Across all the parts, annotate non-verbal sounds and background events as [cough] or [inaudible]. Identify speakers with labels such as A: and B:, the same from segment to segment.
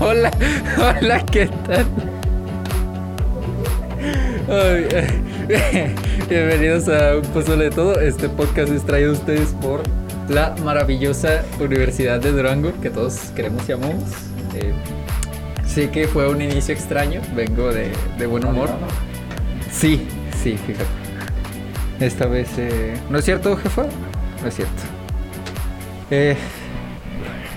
A: hola, [laughs] hola, ¿qué tal? Ay, [laughs] Bienvenidos a Un Pozole de Todo. Este podcast es traído a ustedes por la maravillosa Universidad de Durango, que todos queremos y amamos. Eh, sé que fue un inicio extraño, vengo de, de buen humor. Sí, sí, fíjate. Esta vez... eh, ¿No es cierto, jefa? No es cierto. Eh,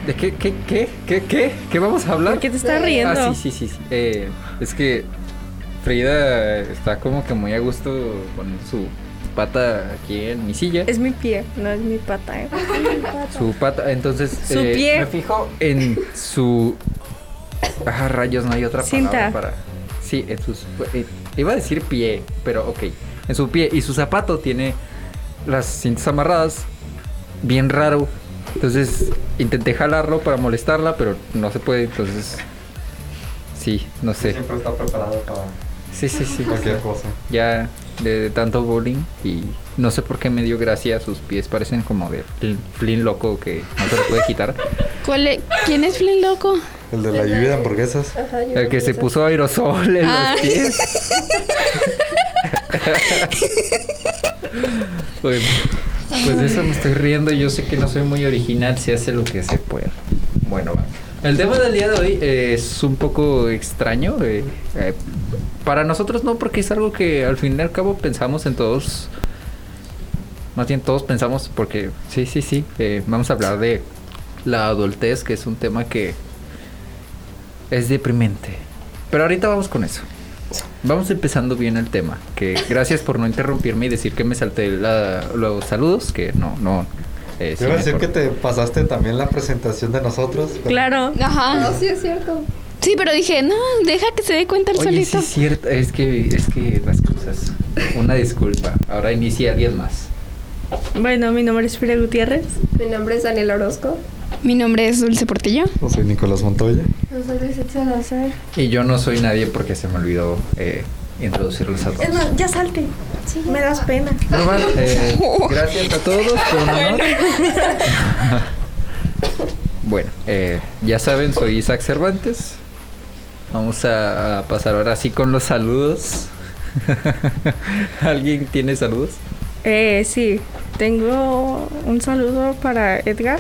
A: ¿De qué, qué, qué, qué, qué? ¿Qué vamos a hablar?
B: ¿Por qué te estás riendo?
A: Ah, sí, sí, sí. sí. Eh, es que Frida está como que muy a gusto con su pata aquí en mi silla.
B: Es mi pie, no es mi pata. ¿eh?
A: Su pata, entonces eh,
B: Su pie.
A: me fijo en su... Ah, rayos, no hay otra
B: Cinta.
A: palabra para... Sí, en sus... eh, iba a decir pie, pero ok. En su pie y su zapato tiene las cintas amarradas. Bien raro. Entonces intenté jalarlo para molestarla, pero no se puede. Entonces... Sí, no sé.
C: Siempre está preparado para
A: Sí, sí, sí.
C: cualquier cosa.
A: ya de, de tanto bullying y no sé por qué me dio gracia sus pies parecen como de flin, flin loco que no se le puede quitar
D: ¿Cuál es- ¿Quién es Flynn Loco?
C: El de la lluvia de hamburguesas.
A: el que se puso aerosol en
D: Ah.
A: los pies pues, pues de eso me estoy riendo yo sé que no soy muy original se hace lo que se puede bueno el tema del día de hoy eh, es un poco extraño eh, eh, para nosotros no porque es algo que al fin y al cabo pensamos en todos Más bien todos pensamos, porque sí, sí, sí, eh, vamos a hablar de la adultez, que es un tema que es deprimente. Pero ahorita vamos con eso. Vamos empezando bien el tema, que gracias por no interrumpirme y decir que me salté la- los saludos, que no, no. eh, sí
C: Quiero
A: me
C: decir que
A: acuerdo.
C: te pasaste también la presentación de nosotros. pero-
B: Claro.
D: Ajá.
E: sí, es cierto.
D: Sí, pero dije, no, deja que se dé cuenta el
A: Oye, sí
D: solito.
A: es cierto, es que, es que las cosas. Una disculpa, ahora inicia alguien más.
B: Bueno, mi nombre es Frida Gutiérrez.
E: Mi nombre es Daniel Orozco.
D: Mi nombre es Dulce Portillo.
C: Yo soy Nicolás Montoya.
E: Yo soy Luis Salazar.
A: Y yo no soy nadie porque se me olvidó eh, introducirlos a todos.
B: Es más, ya salte. Me das pena. [laughs]
A: Normal, eh, gracias a todos por honor. [laughs] Bueno, eh, ya saben, soy Isaac Cervantes. Vamos a, a pasar ahora sí con los saludos. [laughs] ¿Alguien tiene saludos?
B: Eh, sí, tengo un saludo para Edgar.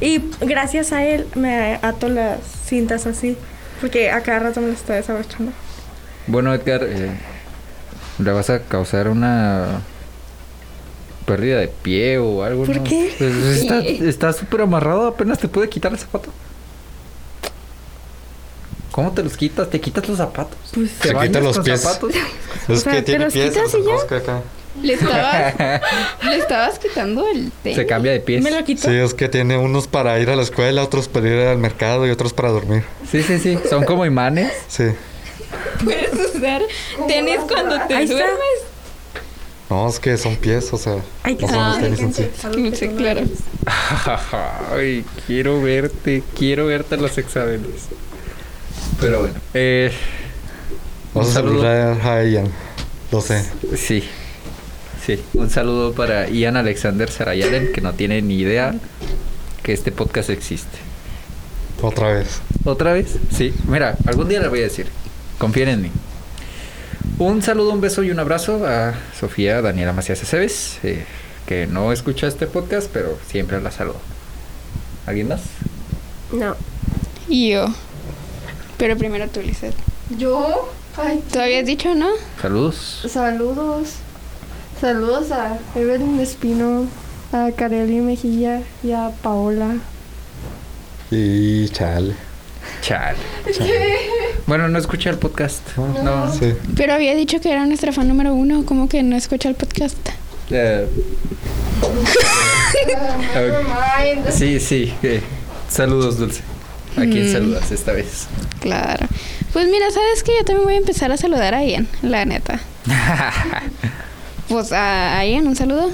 B: Y gracias a él me ato las cintas así. Porque a cada rato me las estoy desabrochando.
A: Bueno, Edgar, eh, le vas a causar una pérdida de pie o algo.
B: ¿Por
A: ¿no?
B: qué?
A: Pues está- está súper amarrado, apenas te puede quitar el zapato. ¿Cómo te los quitas? ¿Te quitas los zapatos?
B: Pues-
A: ¿Te
C: Se
A: bañas
C: quita los
A: con
B: [laughs]
C: pies.
A: zapatos?
C: Es
B: sea,
C: que
B: ¿te
C: tiene
B: los
C: pies
B: quitas y ya?
C: rosca acá.
D: Le estabas,
A: [laughs]
D: le estabas quitando el té.
A: Se cambia de pies.
B: Me lo quito.
C: Sí, es que tiene unos para ir a la escuela, otros para ir al mercado y otros para dormir.
A: Sí, sí, sí. Son como imanes.
C: Sí.
D: [laughs] Puedes usar tenis cuando te
B: Ahí está.
D: duermes.
C: No, es que son pies, o sea,
B: Hay que
C: no son los
D: saber,
C: tenis en sí.
D: No sé, claro.
A: [laughs] Ay, quiero verte. Quiero verte en los exámenes. Pero bueno. Eh,
C: Vamos a
A: saludo.
C: saludar a Ian. Lo sé.
A: Sí. Sí. Un saludo para Ian Alexander Sarayalen, que no tiene ni idea que este podcast existe.
C: Otra vez.
A: ¿Otra vez? Sí. Mira, algún día le voy a decir. Confíen en mí. Un saludo, un beso y un abrazo a Sofía Daniela Macías Aceves, eh, que no escucha este podcast, pero siempre la saludo. ¿Alguien más?
E: No.
D: Y yo. Pero primero tú, Lizeth.
E: Yo. Ay,
D: Tú habías dicho, ¿no?
F: [laughs]
A: Saludos.
E: Saludos. Saludos a Evelyn Espino, a Kareli Mejía y a Paola.
C: Y chale.
A: Chale. Bueno, no escucha el podcast. No.
C: Sí.
D: Pero había dicho que era nuestra fan número uno. ¿Cómo que no escucha el podcast? [laughs]
A: Eh, sí, sí. eh, saludos, Dulce. ¿A quién
D: Mm.
A: saludas esta vez?
D: Claro. Pues mira, ¿sabes qué? Yo también voy a empezar a saludar a Ian, la neta. Pues a Ian un saludo.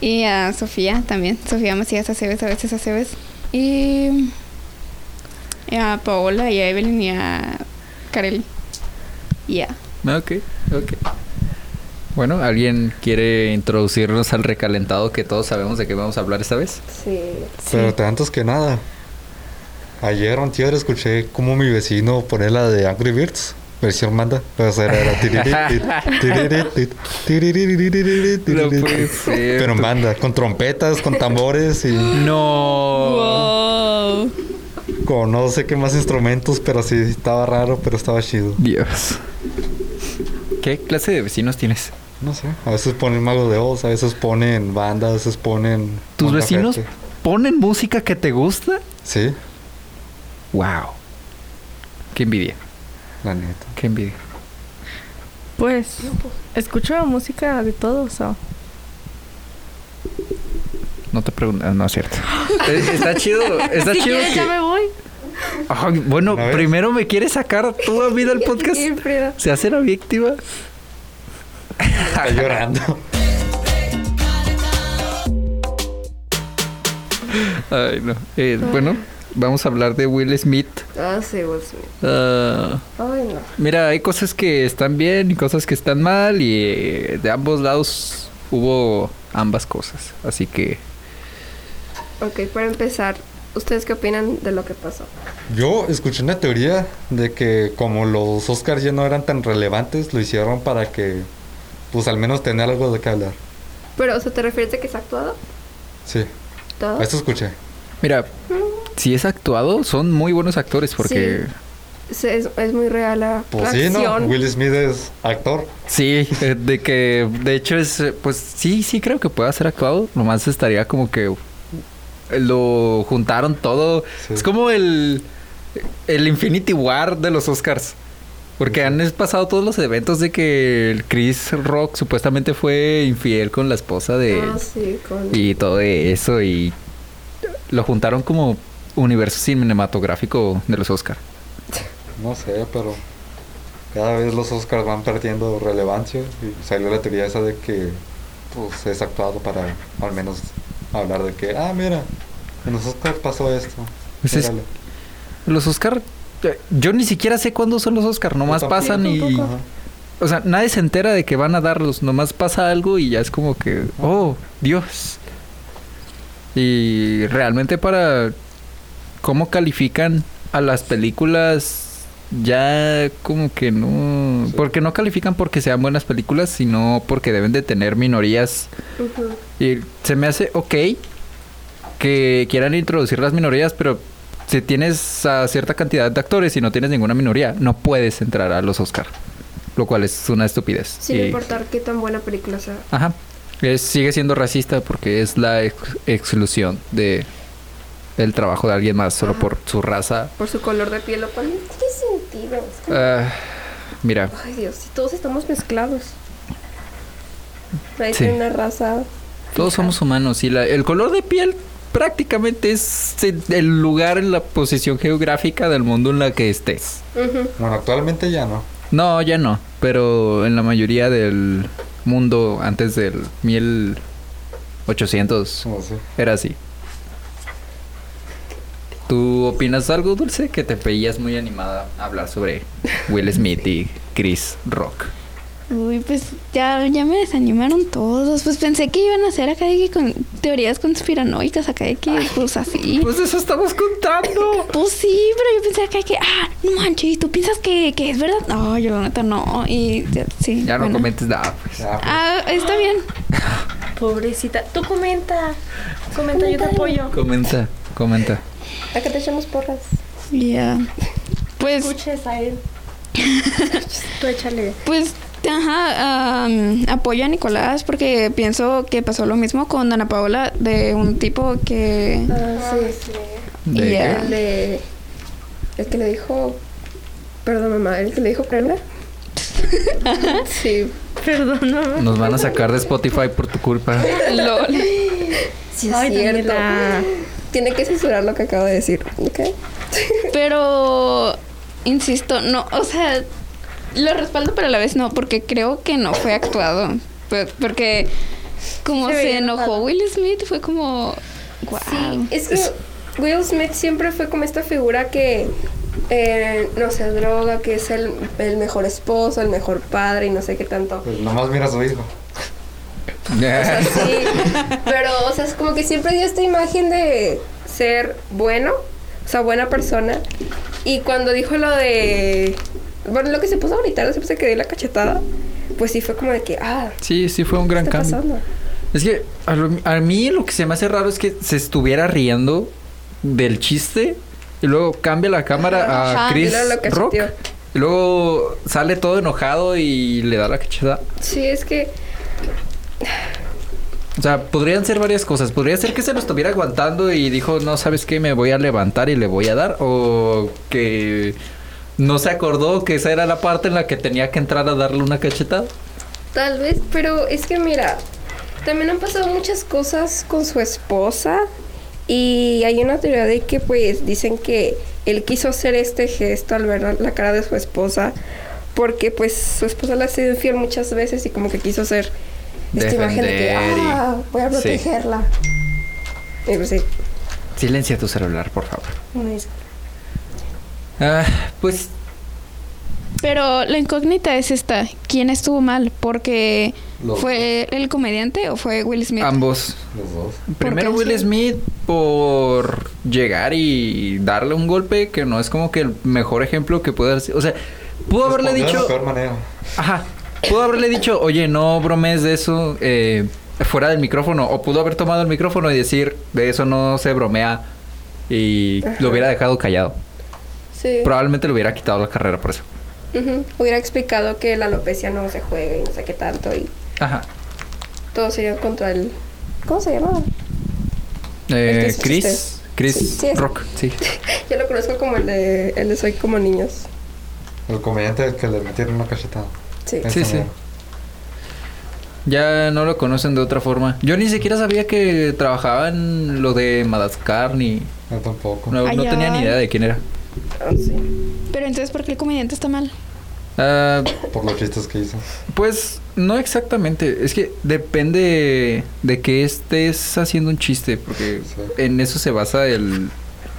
D: Y a Sofía también. Sofía Macías Aceves, a veces Aceves. Y, y a Paola y a Evelyn y a Kareli. Y a...
A: Ok, ok. Bueno, ¿alguien quiere introducirnos al recalentado que todos sabemos de qué vamos a hablar esta vez?
E: Sí.
C: Pero te- antes que nada, Ayer, antier, escuché como mi vecino poner la de Angry Birds. Versión manda. Pero esa era
A: [laughs]
C: la tiriririt, tiriririt, tiririririririt,
A: No puede
C: tiriririt.
A: ser,
C: Pero
A: tú.
C: manda, con trompetas, con tambores y
A: No.
D: Wow.
C: con no sé qué más instrumentos, pero sí, estaba raro, pero estaba chido.
A: Dios. ¿Qué clase de vecinos tienes?
C: No sé. A veces ponen Mago de Oz, a veces ponen bandas, a veces ponen...
A: ¿Tus
C: Monta
A: vecinos
C: Verde.
A: ponen música que te gusta?
C: Sí,
A: Wow. Qué envidia,
C: la neta.
A: [laughs] qué envidia.
B: Pues, escucho música de todo, so.
A: No te preguntas, no es cierto. [laughs] Eh, Está chido, está
B: si
A: chido
B: quieres,
A: que-
B: ya me voy.
A: Ay, bueno,
C: A ver.
A: primero me quieres sacar toda vida
B: [laughs]
A: el podcast.
E: Y Frida.
A: ¿Se hace la víctima?
C: Está llorando.
A: [laughs] Ay, no. Eh, bueno, vamos a hablar de Will Smith.
E: Ah, sí, Will Smith.
A: Ah,
E: Ay, no.
A: mira, hay cosas que están bien y cosas que están mal y eh, de ambos lados hubo ambas cosas. Así que
E: Ok, para empezar, ¿ustedes qué opinan de lo que pasó?
C: Yo escuché una teoría de que como los Oscars ya no eran tan relevantes, lo hicieron para que, pues al menos tener algo de qué hablar.
E: Pero, o sea, ¿te refieres a que se ha actuado?
C: Sí,
E: ¿Todo?
C: eso escuché.
A: Mira, si es actuado, son muy buenos actores porque...
E: Se- Es, es muy real la
C: Pues sí,
E: acción.
C: ¿no? Will Smith es actor.
A: Sí, eh, de que de hecho es... eh, Pues sí, sí creo que pueda ser actuado. Nomás estaría como que... eh, Lo juntaron todo.
C: Sí.
A: Es como el... El Infinity War de los Oscars. Porque han es- pasado todos los eventos de que el Chris Rock supuestamente fue infiel con la esposa de...
E: Ah, sí, con...
A: Y todo eso y... Lo juntaron como universo cinematográfico de los Oscars.
C: No sé, pero cada vez los Oscars van perdiendo relevancia y salió la teoría esa de que pues es actuado para al menos hablar de que, ah, mira, en los Oscars pasó esto.
A: Pues es-
C: Míralo.
A: Los Oscar, eh, yo ni siquiera sé cuándo son los Oscar, nomás
C: tampoco.
A: pasan y...
C: Ajá.
A: O sea, nadie se entera de que van a darlos, nomás pasa algo y ya es como que, oh, Dios. Y realmente para cómo califican a las películas, ya como que no...
C: Sí.
A: Porque no califican porque sean buenas películas, sino porque deben de tener minorías
E: Ujú.
A: y se me hace ok que quieran introducir las minorías, pero si tienes a cierta cantidad de actores y no tienes ninguna minoría, no puedes entrar a los Oscar. Lo cual es una estupidez.
E: Sin
A: Y-
E: importar qué tan buena película sea.
A: Ajá. Es- sigue siendo racista porque es la ex- exclusión de el trabajo de alguien más solo
E: Ajá.
A: por su raza.
E: Por su color de piel, lo cual no tiene sentido. Es que-
A: Ah, mira,
E: Ay, Dios, si todos estamos mezclados. Nadie
A: Sí.
E: tiene una raza.
A: todos somos humanos y la- el color de piel prácticamente es el lugar en la posición geográfica del mundo en la que estés.
E: Ujú.
C: Bueno, actualmente ya no.
A: No, ya no. Pero en la mayoría del mundo antes del 1800
C: No sé.
A: era así. ¿Tú opinas algo, Dulce? Que te veías muy animada a hablar sobre Will Smith y Chris Rock.
D: Uy, pues ya, ya me desanimaron todos. Pues pensé que iban a hacer acá de que con teorías conspiranoicas, acá de que pues así.
A: Pues eso estamos contando.
D: Pues sí, pero yo pensé acá que, ah, no manches, ¿tú piensas que, que es verdad? No, yo la neta no. Y ya- sí.
A: Ya no
D: bueno.
A: comentes nada. pues.
C: Ya, pues,
D: Ah, está bien.
B: Pobrecita. Tú comenta. Comenta, yo te apoyo.
A: Comenta, comenta.
E: Acá te echamos porras.
D: Ya. Pues,
B: Escuches a [laughs] él. Tú échale.
D: pues, ajá, am, apoyo a Nicolás porque pienso que pasó lo mismo con Ana Paola de un tipo que...
E: Ah, sí.
A: ¿De qué?
D: Ya.
E: El de. El que le dijo. Perdón, mamá. El que le dijo Prenda. [laughs] sí.
B: Perdóname.
A: Nos van a sacar de Spotify por tu
F: [laughs]
A: culpa.
D: LOL.
E: Sí, es
B: Ay,
E: cierto.
B: Daniela.
E: Tiene que censurar lo que acabo de decir. ¿Ok?
D: Pero, insisto, no, o sea, lo respaldo pero a la vez no, porque creo que no fue actuado. Pe- Porque como
B: Se
D: se,
B: veía
D: enojó
B: enojado.
D: Will Smith, fue como... Wow.
E: Es que Will Smith siempre fue como esta figura que eh, no se droga, que es el, el mejor esposo, el mejor padre y no sé qué tanto.
C: pues nomás mira a su hijo.
A: [laughs]
E: O sea, sí, pero o sea, es como que siempre dio esta imagen de ser bueno.
F: O sea, buena persona. Y cuando dijo lo de. Bueno, lo que se puso ahorita, lo que se quedó la cachetada. Pues sí fue como de que, ah,
A: Sí, sí, fue un
F: ¿qué
A: gran
F: está
A: cambio.
F: pasando?
A: Es que a, lo- a mí lo que se me hace raro es que se estuviera riendo del chiste y luego cambia la cámara
D: Ajá,
A: a
D: y
A: Chris
F: luego lo cacheteó.
A: Rock. Y luego sale todo enojado y le da la cachetada.
F: Sí, es que.
A: O sea, podrían ser varias cosas. Podría ser que se lo estuviera aguantando y dijo, no, ¿sabes qué? Me voy a levantar y le voy a dar. O que no se acordó que esa era la parte en la que tenía que entrar a darle una cachetada.
F: Tal vez, pero es que mira, también han pasado muchas cosas con su esposa y hay una teoría de que pues dicen que él quiso hacer este gesto al ver la cara de su esposa porque pues su esposa le ha sido infiel muchas veces y como que quiso hacer esta imagen de que
A: Defender y-
F: ah, voy a
A: sí.
F: protegerla. Y pues sí,
A: Silencia tu celular, por favor.
F: una dis-
A: Ah, pues
D: Pero la incógnita es esta. ¿Quién estuvo mal? Porque
C: Los-
D: fue el comediante o fue Will Smith.
A: ambos.
C: Los dos.
A: Primero
D: Porque
A: Will
D: sí.
A: Smith por llegar y darle un golpe que no es como que el mejor ejemplo que puede darse. O sea,
C: Pues
A: pudo haberle
C: Respondió
A: dicho...
C: De la peor manera.
A: Ajá. Pudo haberle dicho, oye, no bromees de eso eh, fuera del micrófono. O pudo haber tomado el micrófono y decir, de eso no se bromea. Y lo hubiera dejado callado.
F: sí.
A: Probablemente le hubiera quitado la carrera por eso.
F: Ujú. Hubiera explicado que la alopecia no se juega y no sé qué tanto y
A: Ajá.
F: todo sería contra el... ¿Cómo se llama?
A: Eh,
F: El que es
A: Chris.
F: usted.
A: Chris
F: Sí, sí es.
A: Rock, sí.
F: Yo lo conozco como el de, el de Soy como niños.
C: El comediante al que le metieron una cachetada.
F: Sí.
C: Ese
A: Sí, sí.
C: mero.
A: Ya no lo conocen de otra forma. Yo ni siquiera sabía que trabajaba en lo de Madagascar ni.
C: Yo tampoco.
A: No, no
D: Allá.
A: tenía ni idea de quién era.
F: Ah, sí.
D: Pero entonces, ¿por qué el comediante está mal?
A: Ah,
C: Por los chistes que hizo.
A: Pues no exactamente, es que depende de que estés haciendo un chiste, porque
C: Sí.
A: en eso se basa el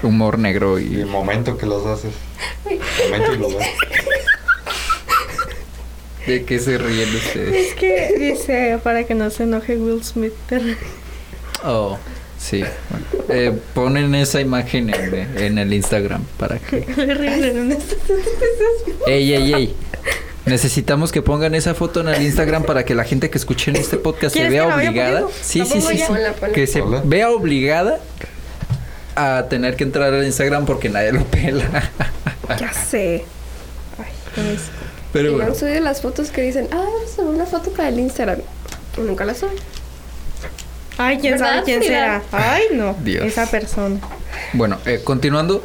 A: humor negro
C: Y el
A: y...
C: momento que los haces. Momento y lugar.
A: ¿De qué se ríen ustedes?
B: Es que dice para que no se enoje Will Smith. [laughs] pero-
A: Oh, sí. bueno. Eh, ponen esa imagen en, en el Instagram para que...
B: Le ríen en [laughs] una-
A: ¡Ey, ey, ey! Necesitamos que pongan esa foto en el Instagram para que la gente que escuche en este podcast se
B: ¿Quieres
A: vea
B: que la vaya
A: obligada.
B: poniendo?
A: Sí,
B: ¿La
A: sí,
B: pongo
A: sí,
B: ya?
A: sí.
F: Ponla, ponla.
A: Que se
C: Hola.
A: vea obligada a tener que entrar al Instagram porque nadie lo pela. [laughs]
B: Ya sé.
F: Ay, no es-
A: Pero
F: y me
A: bueno.
F: han subido las fotos que dicen, ah, vamos a subir una foto para el Instagram. Y nunca la suben.
B: Ay, quién sabe
F: ¿Verdad,
B: quién
F: Frida?
B: será. Ay, no.
A: Dios.
B: Esa persona.
A: Bueno, eh, continuando.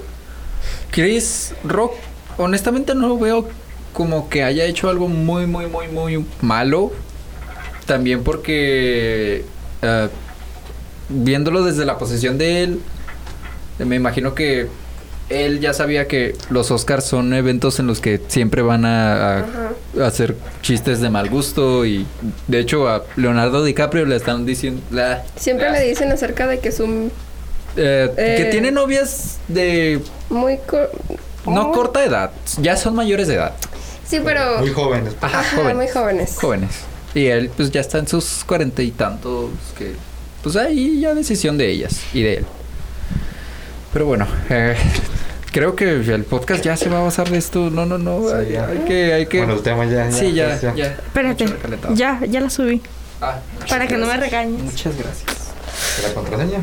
A: Chris Rock, honestamente no lo veo como que haya hecho algo muy, muy, muy, muy malo. También porque eh, viéndolo desde la posición de él, eh, me imagino que él ya sabía que los Oscars son eventos en los que siempre van a, a
F: Ajá.
A: hacer chistes de mal gusto y de hecho a Leonardo DiCaprio le están diciendo... la-
C: Ah.
F: Siempre
A: la-
F: le dicen acerca de que es un
A: eh, que
F: Eh.
A: tiene novias de
F: muy... co-
A: no
F: muy-
A: corta edad, ya son mayores de edad.
F: Sí, pero...
C: Muy jóvenes.
A: Ajá,
F: Ajá,
A: jóvenes.
F: muy jóvenes.
A: Jóvenes. Y él pues ya está en sus cuarenta y tantos que pues ahí ya decisión de ellas y de él. Pero bueno, eh, [laughs] creo que el podcast ya se va a basar de esto. No, no, no.
C: Sí,
A: hay,
C: ya.
A: hay que, hay que.
C: Bueno, el tema ya.
A: sí, ya, ya.
B: Espérate.
A: Mucho recalentado.
B: Ya, ya la subí.
A: Ah, muchas
B: Para que no me
A: gracias.
B: regañes.
A: Muchas gracias.
C: La contraseña.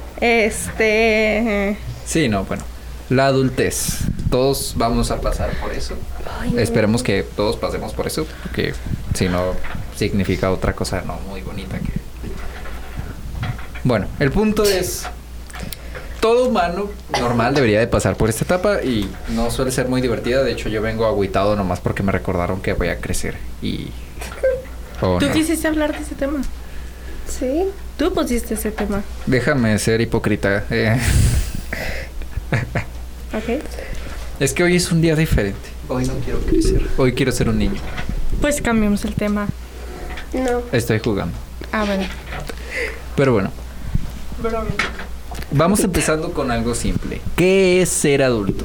B: [laughs] Este.
A: Sí, no, bueno. La adultez. Todos vamos a pasar por eso.
F: Ay, no.
A: Esperemos que todos pasemos por eso, porque si no significa otra cosa no muy bonita que. Bueno, el punto es todo humano normal debería de pasar por esta etapa y no suele ser muy divertida. De hecho, yo vengo agüitado nomás porque me recordaron que voy a crecer y. Oh,
B: Tú
A: no.
B: quisiste hablar de ese tema.
F: Sí.
B: Tú pusiste ese tema.
A: Déjame ser hipócrita. eh.
B: ¿Ok?
A: Es que hoy es un día diferente. Hoy no quiero crecer. Hoy quiero ser un niño.
B: Pues cambiamos el tema.
F: No.
A: Estoy jugando.
B: Ah, bueno.
A: Pero bueno. Vamos empezando con algo simple. ¿Qué es ser adulto?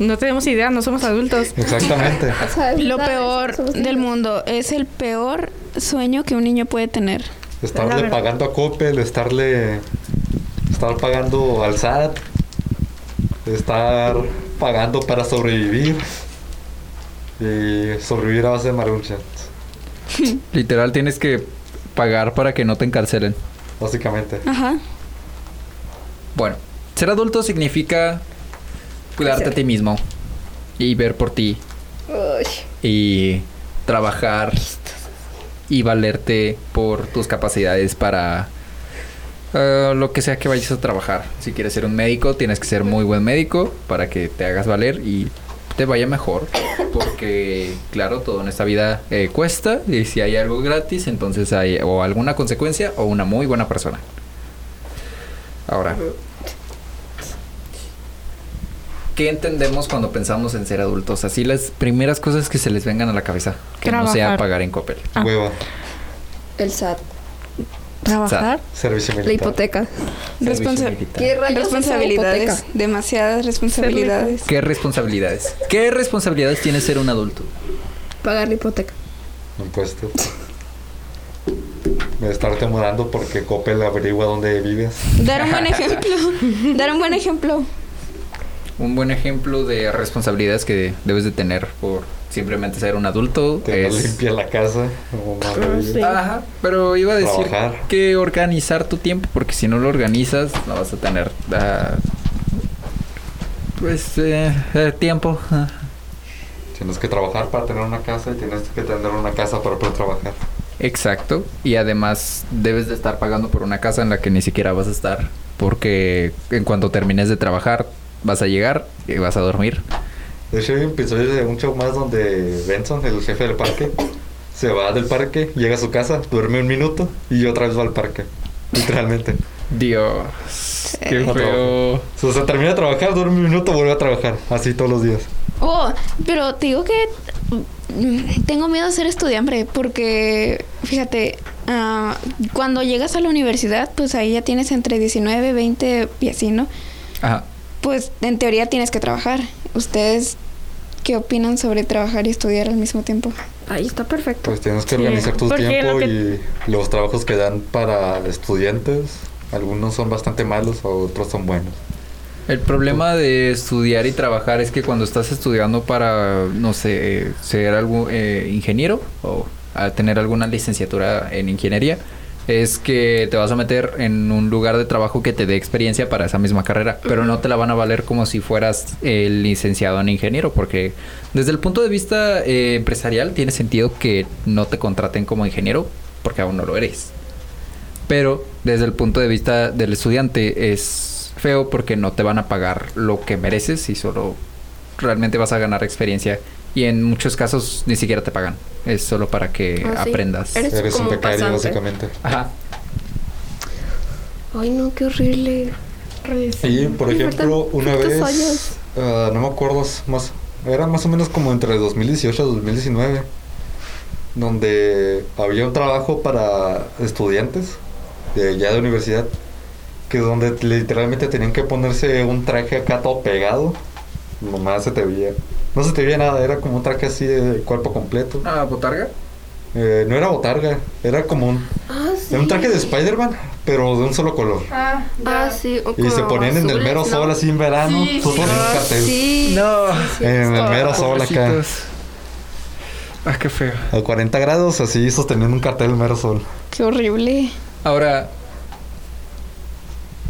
B: No tenemos idea, no somos adultos.
A: [laughs]
C: Exactamente.
F: O sea, es
D: Lo
F: verdad,
D: peor
F: somos
D: del
F: niños.
D: mundo. Es el peor sueño que un niño puede tener.
B: La
C: Estarle
B: verdad.
C: pagando a Coppel, estarle. Estar pagando al SAT, estar pagando para sobrevivir y sobrevivir a base de maruchas,
A: Literal, tienes que pagar para que no te encarcelen.
C: básicamente.
D: Ajá.
A: Bueno, ser adulto significa cuidarte a ti mismo y ver por ti
E: Uy,
A: y trabajar y valerte por tus capacidades para eh, lo que sea que vayas a trabajar. Si quieres ser un médico, tienes que ser muy buen médico para que te hagas valer y te vaya mejor. Porque, claro, todo en esta vida eh, cuesta y si hay algo gratis, entonces hay o alguna consecuencia o una muy buena persona. Ahora, ¿qué entendemos cuando pensamos en ser adultos? Así las primeras cosas que se les vengan a la cabeza, que no sea
B: Trabajar.
A: pagar en Coppel.
B: Ah.
C: Hueva,
E: el SAT,
B: Trabajar.
C: servicio
E: la
C: militar.
E: hipoteca.
A: Servicio
D: Responsa-
A: militar.
E: ¿Qué rayos es la
D: Responsabilidades.
E: hipoteca?
D: Demasiadas responsabilidades.
A: ¿Qué responsabilidades? ¿Qué responsabilidades tiene ser un adulto?
E: Pagar la hipoteca.
C: Impuestos. De estarte mudando porque Coppel averigua dónde vives.
D: Dar un buen [laughs] ejemplo. Dar un buen ejemplo.
A: Un buen ejemplo de responsabilidades que debes de tener por simplemente ser un adulto
C: Que no
A: es...
C: limpia la casa. o no
B: Ah,
C: vive.
B: sí.
A: Ajá, pero iba a decir
C: Trabajar.
A: que organizar tu tiempo, porque si no lo organizas, no vas a tener... ah, pues eh, eh, tiempo. ah.
C: Tienes que trabajar para tener una casa y tienes que tener una casa para poder trabajar.
A: Exacto. Y además debes de estar pagando por una casa en la que ni siquiera vas a estar. Porque en cuanto termines de trabajar, vas a llegar y vas a dormir.
C: De hecho, hay un episodio de un show más donde Benson, el jefe del parque, se va del parque, llega a su casa, duerme un minuto y otra vez va al parque. Literalmente.
A: Dios. Qué
C: No
A: feo.
C: O sea, se termina de trabajar, duerme un minuto, vuelve a trabajar. Así todos los días.
D: Oh, pero te digo que mm, tengo miedo de ser estudiante porque, fíjate, ah, cuando llegas a la universidad, pues ahí ya tienes entre 19, 20 y así, ¿no?
A: Ajá.
D: Pues en teoría tienes que trabajar. ¿Ustedes qué opinan sobre trabajar y estudiar al mismo tiempo?
E: Ahí está perfecto.
C: Pues tienes que
B: Sí,
C: organizar tu
B: porque
C: tiempo
B: lo
C: y los trabajos que dan para estudiantes. Algunos son bastante malos, otros son buenos.
A: El problema de estudiar y trabajar es que cuando estás estudiando para, no sé, eh, ser algún eh, ingeniero o a tener alguna licenciatura en ingeniería, es que te vas a meter en un lugar de trabajo que te dé experiencia para esa misma carrera, pero no te la van a valer como si fueras eh, licenciado en ingeniero, porque desde el punto de vista eh, empresarial tiene sentido que no te contraten como ingeniero, porque aún no lo eres. Pero desde el punto de vista del estudiante es feo porque no te van a pagar lo que mereces y solo realmente vas a ganar experiencia. Y en muchos casos ni siquiera te pagan. Es solo para que
E: Ah, sí.
A: aprendas.
E: Eres- Es
C: Eres un
E: como un
C: becario,
E: pasante.
C: básicamente.
A: Ajá.
E: Ay, no, qué horrible.
C: Y por
E: Me
C: ejemplo,
E: faltan
C: una
E: ciertos
C: vez,
E: años.
C: ah, no me acuerdo, es más, era más o menos como entre 2018 y 2019, donde había un trabajo para estudiantes de, ya de universidad, que donde literalmente tenían que ponerse un traje acá todo pegado, nomás se te veía, no se te veía nada, era como un traje así de cuerpo completo,
A: ¿Una botarga?
C: Eh, no era botarga, era como un,
E: Ah, sí.
C: era un traje de Spider-Man, pero de un solo color.
B: Ah,
E: Ah, sí. o
C: Y se
E: como
C: ponían en el
E: azules,
C: mero
E: ¿no?
C: sol así en verano.
B: Sí,
C: todos
B: sí.
C: en un
B: Ah,
C: cartel.
E: Sí.
A: No.
C: En el mero sol acá.
A: Pobrecitos. Ah, qué feo.
C: A 40 grados así sosteniendo un cartel en mero sol.
D: Qué horrible.
A: Ahora,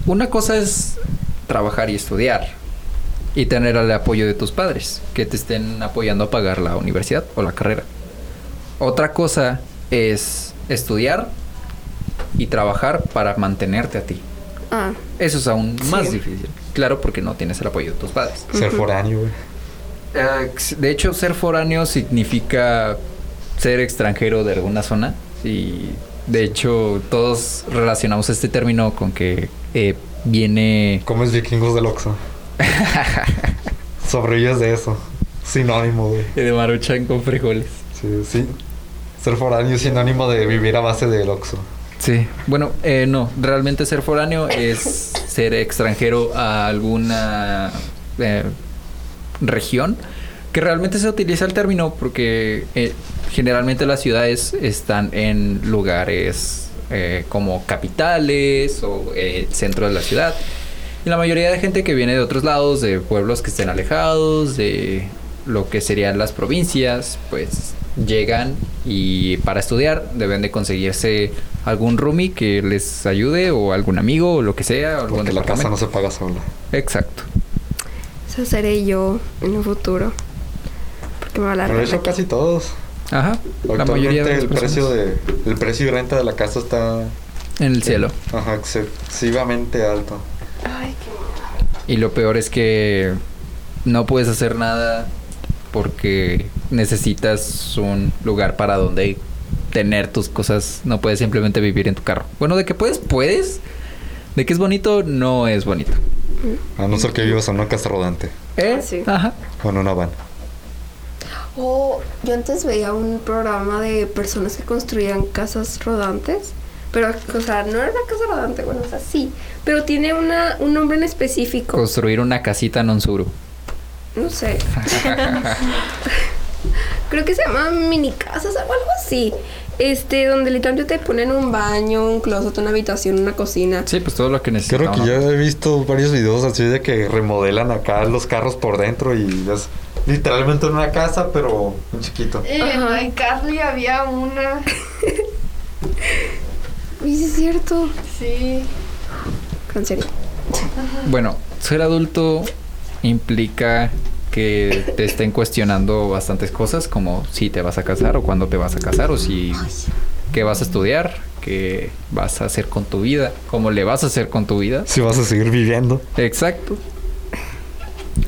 A: una cosa es trabajar y estudiar y tener el apoyo de tus padres que te estén apoyando a pagar la universidad o la carrera. Otra cosa es estudiar y trabajar para mantenerte a ti.
E: Ah,
A: Eso es aún más difícil. Claro, porque no tienes el apoyo de tus padres.
C: Ser foráneo, güey.
A: Eh, De hecho, ser foráneo significa ser extranjero de alguna zona. Y de hecho, todos relacionamos este término con que eh, viene. [laughs]
C: Comes vikingos del Oxxo. Sobrevives de eso. Sinónimo, güey.
A: De Maruchan con frijoles.
C: Sí, sí. Ser foráneo es sinónimo de vivir a base del Oxxo.
A: Sí. Bueno, eh, no. Realmente ser foráneo es ser extranjero a alguna eh, región. Que realmente se utiliza el término porque eh, generalmente las ciudades están en lugares eh, como capitales o eh, el centro de la ciudad. Y la mayoría de gente que viene de otros lados, de pueblos que estén alejados, de lo que serían las provincias, pues llegan y para estudiar deben de conseguirse algún roomie que les ayude o algún amigo o lo que sea. o algún
C: Porque la casa no
A: departamento.
C: se paga sola.
A: Exacto.
E: Eso seré yo en un futuro. Porque me va a la
C: Pero
E: renta
C: eso
E: aquí.
C: casi todos.
A: Ajá. La mayoría
C: Actualmente
A: de las
C: el precio,
A: personas.
C: de, el precio y renta de la casa está
A: En el cielo.
C: ajá, excesivamente alto.
E: Ay, qué-
A: Y lo peor es que no puedes hacer nada porque necesitas un lugar para donde tener tus cosas. No puedes simplemente vivir en tu carro. Bueno, de que puedes, puedes. De que es bonito, no es bonito.
C: A no ser que vivas en una casa rodante
A: ¿Eh?
E: Ah, sí.
A: Ajá.
C: o en una van.
E: Oh, yo antes veía un programa de personas que construían casas rodantes. Pero, o sea, no era una casa rodante, bueno, o sea, sí. Pero tiene una, un nombre en específico.
C: Pues
A: Construir una casita en un suru.
E: No sé. [laughs] Creo que se llama mini casas o algo así. Este, donde literalmente te ponen un baño, un closet, una habitación, una cocina.
A: Sí, pues todo lo que necesitas.
C: Creo que ya he visto varios videos así de que remodelan acá los carros por dentro y es literalmente una casa, pero un chiquito.
B: Eh.
E: Ajá.
F: En Carly había una.
E: Y sí es cierto.
F: Sí.
E: Cancería.
A: Bueno, ser adulto implica que te estén cuestionando bastantes cosas, como si te vas a casar o cuándo te vas a casar, o si qué vas a estudiar, qué vas a hacer con tu vida, cómo le vas a hacer con tu vida.
C: Si vas a seguir viviendo.
A: Exacto.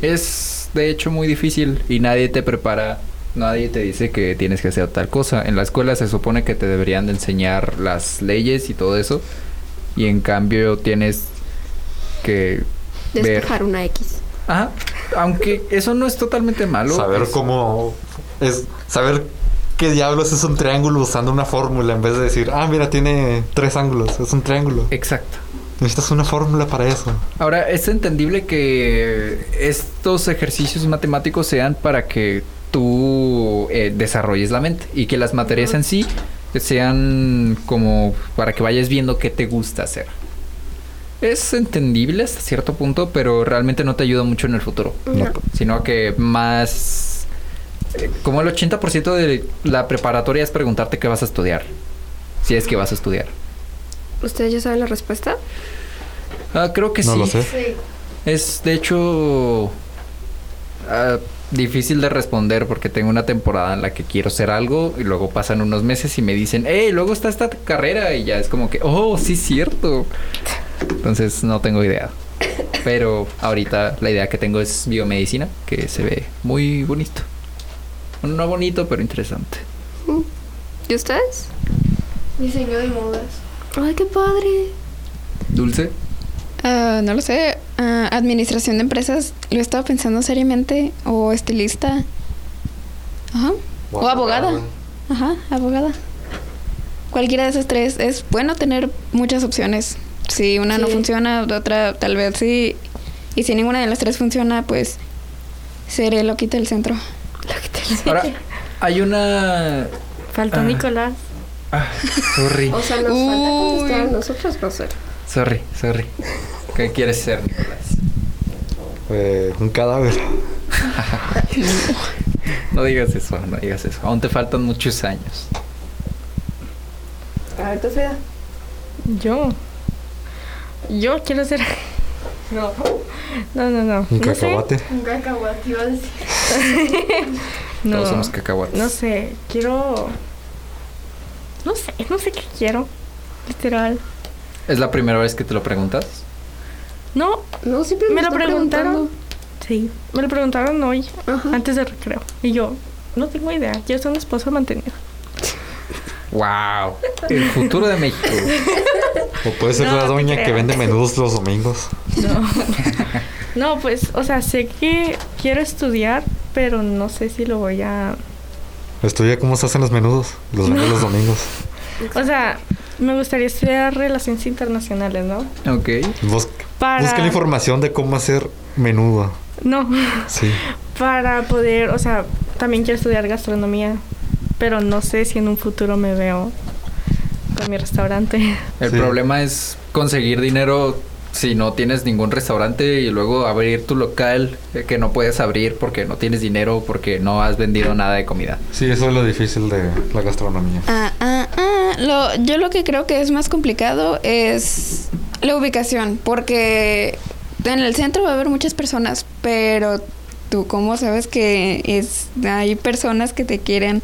A: Es de hecho muy difícil y nadie te prepara, nadie te dice que tienes que hacer tal cosa. En la escuela se supone que te deberían de enseñar las leyes y todo eso, y en cambio tienes que ver
E: Despejar una X.
A: Ajá. Aunque eso no es totalmente malo.
C: saber
A: es-
C: cómo es saber qué diablos es un triángulo usando una fórmula en vez de decir, ah, mira, tiene tres ángulos, es un triángulo.
A: Eh. Exacto.
C: Necesitas una fórmula para eso.
A: Ahora, es entendible que estos ejercicios matemáticos sean para que tú eh, desarrolles la mente y que las materias en sí sean como para que vayas viendo qué te gusta hacer. Es entendible hasta cierto punto, pero realmente no te ayuda mucho en el futuro.
E: No.
A: Sino que más... eh, Como el 80% de la preparatoria es preguntarte qué vas a estudiar. Si es que vas a estudiar.
E: ¿Ustedes ya saben la respuesta?
A: Ah, creo que
C: no
A: sí.
C: lo sé.
F: Sí.
A: Es de hecho ah, difícil de responder porque tengo una temporada en la que quiero hacer algo y luego pasan unos meses y me dicen, hey, luego está esta carrera y ya es como que, oh, sí, cierto. Entonces no tengo idea. Pero ahorita la idea que tengo es biomedicina, que se ve muy bonito. Bueno, No bonito, pero interesante.
E: ¿Y ustedes?
F: Diseño de modas.
E: Ay, qué padre.
A: Dulce.
D: Ah, no lo sé. Ah, administración de empresas, lo he estado pensando seriamente. O estilista. Ajá. O, abogada. Ajá, abogada. Cualquiera de esas tres. Es bueno tener muchas opciones. Si una no
E: Sí.
D: funciona, la otra tal vez sí. Y si ninguna de las tres funciona, pues seré loquita del centro.
A: Ahora, hay una...
B: Faltó
A: Ah.
B: Nicolás.
A: Ah, sorry,
E: O sea, nos falta contestar a nosotros, no sé.
A: sorry, sorry. ¿Qué quieres ser, Nicolás?
C: Eh, un cadáver.
A: No digas eso, no digas eso. Aún te faltan muchos años.
E: A ver, tú, Frida.
B: Yo. Yo quiero ser. [laughs] No. No, no, no.
C: Un
B: No sé.
C: cacahuate.
F: Un cacahuate iba a decir.
B: No.
A: Todos somos cacahuates.
B: No sé. Quiero. No sé. No sé qué quiero. Literal.
A: ¿Es la primera vez que te lo preguntas?
B: No.
E: No, siempre
B: Me lo
E: está
B: preguntaron. Sí. Me lo preguntaron hoy.
E: Ajá.
B: Antes del recreo. Y yo. No tengo idea. Quiero ser una esposa mantenida.
A: ¡Wow! El futuro de [laughs] México.
C: O puede ser
B: No,
C: la
B: no te
C: doña que
B: creas.
C: vende menudos los domingos.
B: No, pues, o sea, sé que quiero estudiar, pero no sé si lo voy a.
C: Estudia cómo se hacen los menudos. Los vende los domingos.
B: O sea, me gustaría estudiar relaciones internacionales, ¿no?
A: Ok.
C: Bus-
B: Para-
C: Busca la información de cómo hacer menudo.
B: No, [laughs]
C: Sí.
B: para poder, o sea, también quiero estudiar gastronomía, pero no sé si en un futuro me veo con mi restaurante. [laughs]
A: El
C: Sí.
A: problema es conseguir dinero si no tienes ningún restaurante y luego abrir tu local eh, que no puedes abrir porque no tienes dinero, porque no has vendido nada de comida.
C: Sí, eso es lo difícil de la gastronomía.
D: Ah, ah, ah. Lo, yo lo que creo que es más complicado es la ubicación, porque en el centro va a haber muchas personas, pero tú cómo sabes que es, hay personas que te quieren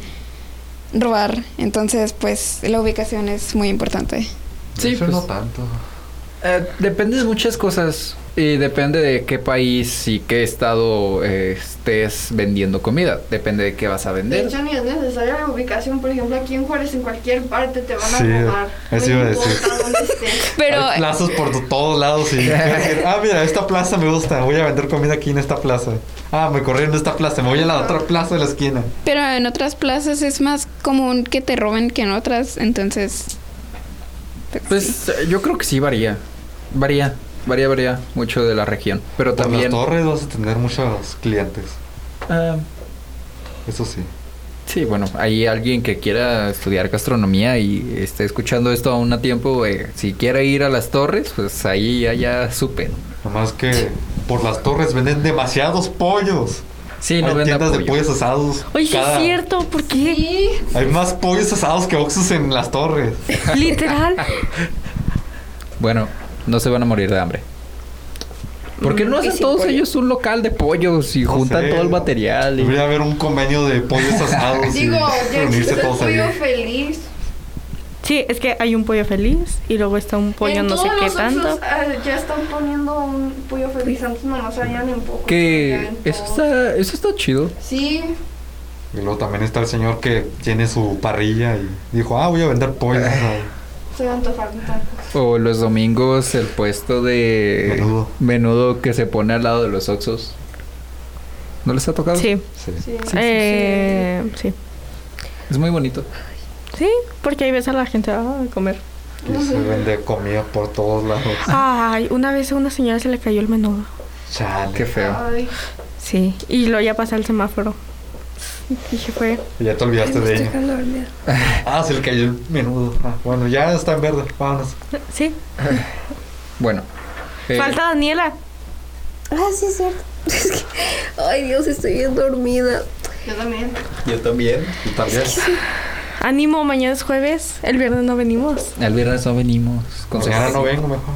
D: robar, entonces pues la ubicación es muy importante.
A: Sí,
C: Eso
A: pues.
C: no tanto.
A: Eh, depende de muchas cosas y depende de qué país y qué estado eh, estés vendiendo comida. Depende de qué vas a
F: De
A: vender.
F: hecho, ni es necesaria la ubicación. Por ejemplo, aquí en Juárez, en cualquier parte, te van a
C: Sí,
F: robar.
C: eso
F: No
C: iba a decir.
F: importa dónde estés.
D: Pero
B: eh,
C: Hay plazas por to- todos lados [laughs] y... ah, mira, esta plaza me gusta. Voy a vender comida aquí en esta plaza. Ah, me corrieron en esta plaza. Me voy a la otra plaza de la esquina.
D: Pero en otras plazas es más común que te roben que en otras, entonces...
A: Pues eh, yo creo que sí varía. Varía, varía, varía mucho de la región. Pero
C: Por las
A: también...
C: torres vas a tener muchos clientes.
A: ah,
C: Eso sí.
A: Sí, bueno, hay alguien que quiera estudiar gastronomía y esté escuchando esto aún a tiempo, eh, si quiere ir a las torres, pues ahí allá supe.
C: Nomás que por las torres venden demasiados pollos.
A: Sí, no
C: Hay
A: venda
C: tiendas de
A: pollo.
C: pollos asados.
B: Oye, sí es
C: cada-
B: cierto, ¿por qué?
F: Y
C: Hay más pollos asados que oxos en las torres.
B: [laughs] Literal.
A: Bueno, no se van a morir de hambre. ¿Por qué no
E: Mm, y
A: hacen
E: sin
A: todos
E: pollo.
A: ellos un local de pollos y
C: No
A: juntan
C: sé, Pues
A: todo el
C: no.
A: material? y-
C: Debería haber un convenio
A: [laughs]
C: de pollos asados
F: digo,
C: y
F: ya existe
C: reunirse
F: el
C: todos ahí.
F: pollo feliz.
B: Sí, es que hay un pollo feliz y luego está un pollo
F: en
B: no sé
F: todos
B: qué
F: los
B: tanto.
F: Oxxos, ah, ya están poniendo un pollo feliz. Antes nomás salían en poco.
A: Que eso está, eso está chido.
F: Sí,
C: Y luego también está el señor que tiene su parrilla y dijo, ah, voy a vender pollos
A: [laughs]
C: asados.
F: se me antojaron tacos.
A: O los domingos el puesto de
C: Menudo.
A: menudo que se pone al lado de los oxos. ¿No les ha tocado?
B: Sí.
C: Sí.
F: Sí.
B: Eh, sí.
A: Es muy bonito.
B: Sí, porque ahí ves a la gente ah, a comer.
C: Y se vende comida por
A: [laughs]
C: todos lados.
B: Ay, una vez a una señora se le cayó el menudo.
C: Chale.
A: Qué feo.
F: Ay,
B: Sí. Y luego ya pasé al semáforo. Dije, fue.
C: Ya te olvidaste de ella.
E: Déjalo olvidar.
C: Ah, se le cayó el menudo. Ah, bueno, ya está en verde. Vámonos.
B: Sí.
A: Bueno. eh,
B: Falta Daniela.
E: Ah, sí, es cierto. Es que- ay, Dios, estoy bien dormida.
F: yo también.
A: Yo también.
C: Y también.
B: Ánimo, mañana es jueves. El viernes no venimos.
A: El viernes no venimos.
C: Mañana no vengo mejor.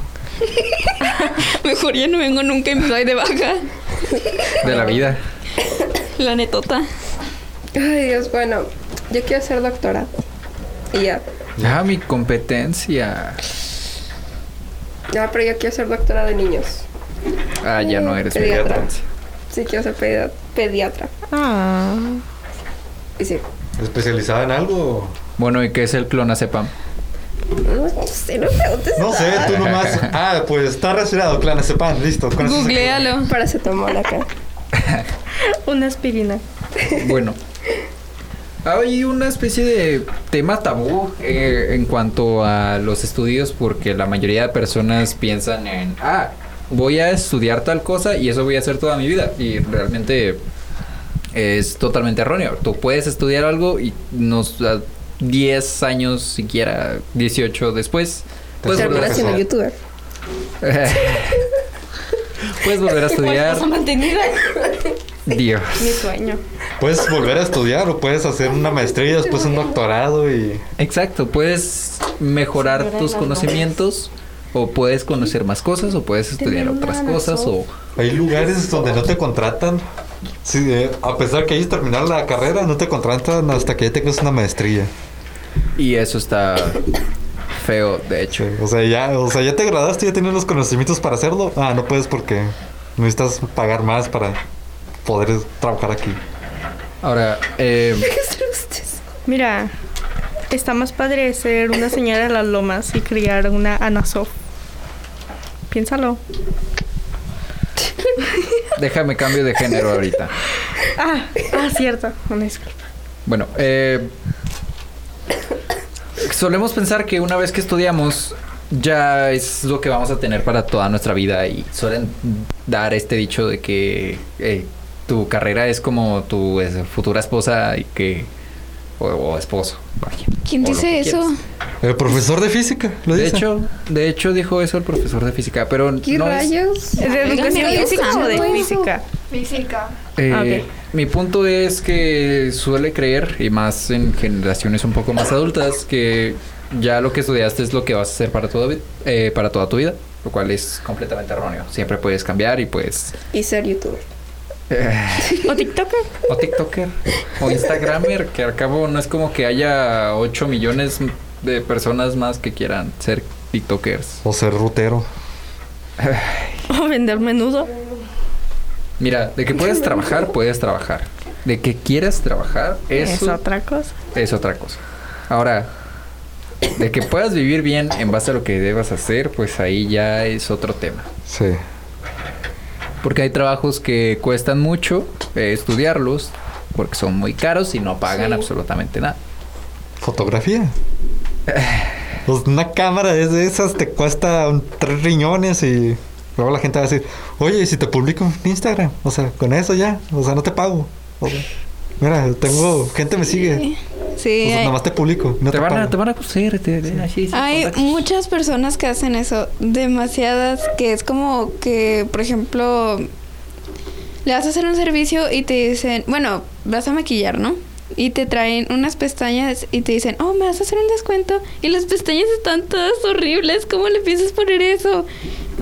D: [laughs] Mejor ya no vengo nunca y me doy de baja.
A: De la vida.
D: La netota.
A: Pues
E: Ay, Dios, bueno, yo quiero ser doctora. Y ya.
A: Ya, mi competencia.
E: No, pero yo quiero ser doctora de niños.
A: Ah, ya no eres
E: Pediatra.
A: pediatra.
E: Sí, quiero ser pedia- pediatra.
B: Ah.
E: Y sí.
C: ¿Especializada en algo?
A: Bueno, ¿y qué es el clonazepam?
E: No sé, no preguntes.
C: No sé, tú nomás. Ah, pues está retirado, clan sepan, listo. con eso se-
D: Googlealo.
E: Para se tomar acá.
B: Una aspirina.
A: Bueno. Hay una especie de tema tabú eh, en cuanto a los estudios porque la mayoría de personas piensan en, ah, voy a estudiar tal cosa y eso voy a hacer toda mi vida. Y realmente es totalmente erróneo. Tú puedes estudiar algo y nos da 10 años, siquiera 18 después, puedes
C: Pues,
A: volver a
E: Termina
C: profesor.
E: siendo youtuber.
A: [laughs] Puedes volver a estudiar. Dios.
D: Mi sueño.
C: Puedes volver a estudiar o puedes hacer una maestría, después un doctorado y.
A: Exacto, puedes mejorar tus conocimientos o puedes conocer más cosas o puedes estudiar otras cosas o
C: Hay lugares donde no te contratan. Sí, eh, a pesar que hayas terminado la carrera, no te contratan hasta que ya tengas una maestría.
A: y eso está feo, de hecho.
C: O sea, ya, o sea, ya te graduaste, ya tienes los conocimientos para hacerlo. Ah, no puedes porque necesitas pagar más para poder trabajar aquí.
A: Ahora, eh,
B: Mira, está más padre ser una señora de las lomas y criar una anasof. Piénsalo.
A: déjame cambio de género ahorita.
B: Ah, ah, cierto. Una disculpa.
A: Bueno, eh, solemos pensar que una vez que estudiamos ya es lo que vamos a tener para toda nuestra vida y suelen dar este dicho de que eh, tu carrera es como tu es- futura esposa y que o, o esposo, vaya.
D: ¿Quién
A: o lo
D: dice
A: que
D: eso?
A: quieras.
C: El profesor de física, lo
A: De
C: dice.
A: hecho, de hecho dijo eso el profesor de física, pero
E: ¿Qué
A: no es-
E: rayos?
B: ¿De educación
D: Dios
B: física o de
D: santo.
B: física?
F: Física.
A: Eh,
B: Ah, ok.
A: Mi punto es que suele creer, y más en generaciones un poco más adultas, que ya lo que estudiaste es lo que vas a hacer para, toda vi- eh, para toda tu vida, lo cual es completamente erróneo. Siempre puedes cambiar y pues...
E: Y ser youtuber.
B: ¿O TikToker?
A: o TikToker, o Instagramer, que al cabo no es como que haya 8 millones de personas más que quieran ser TikTokers.
C: O ser rutero.
B: ¿O vender menudo?
A: Mira, de que puedes trabajar, puedes trabajar. De que quieras trabajar,
B: Es
A: eso
B: otra cosa.
A: es otra cosa. Ahora, de que puedas vivir bien en base a lo que debas hacer, pues ahí ya es otro tema.
C: Sí.
A: Porque hay trabajos que cuestan mucho eh, estudiarlos, porque son muy caros y no pagan absolutamente nada.
C: Fotografía. Pues una cámara es de esas te cuesta un- tres riñones y luego la gente va a decir, oye, ¿y si te publico en Instagram, o sea, con eso ya, o sea, no te pago. O sea, mira, tengo gente me sigue, o
D: Sí,
C: sea,
D: hay-
C: nada más te publico, no te,
A: te, van a,
C: pago.
A: te van a coser, te- te- así, sí,
D: Hay
A: contactos.
D: muchas personas que hacen eso, demasiadas, que es como que, por ejemplo, le vas a hacer un servicio y te dicen, bueno, vas a maquillar, ¿no? Y te traen unas pestañas y te dicen, oh, me vas a hacer un descuento. Y las pestañas están todas horribles, ¿cómo le piensas poner eso?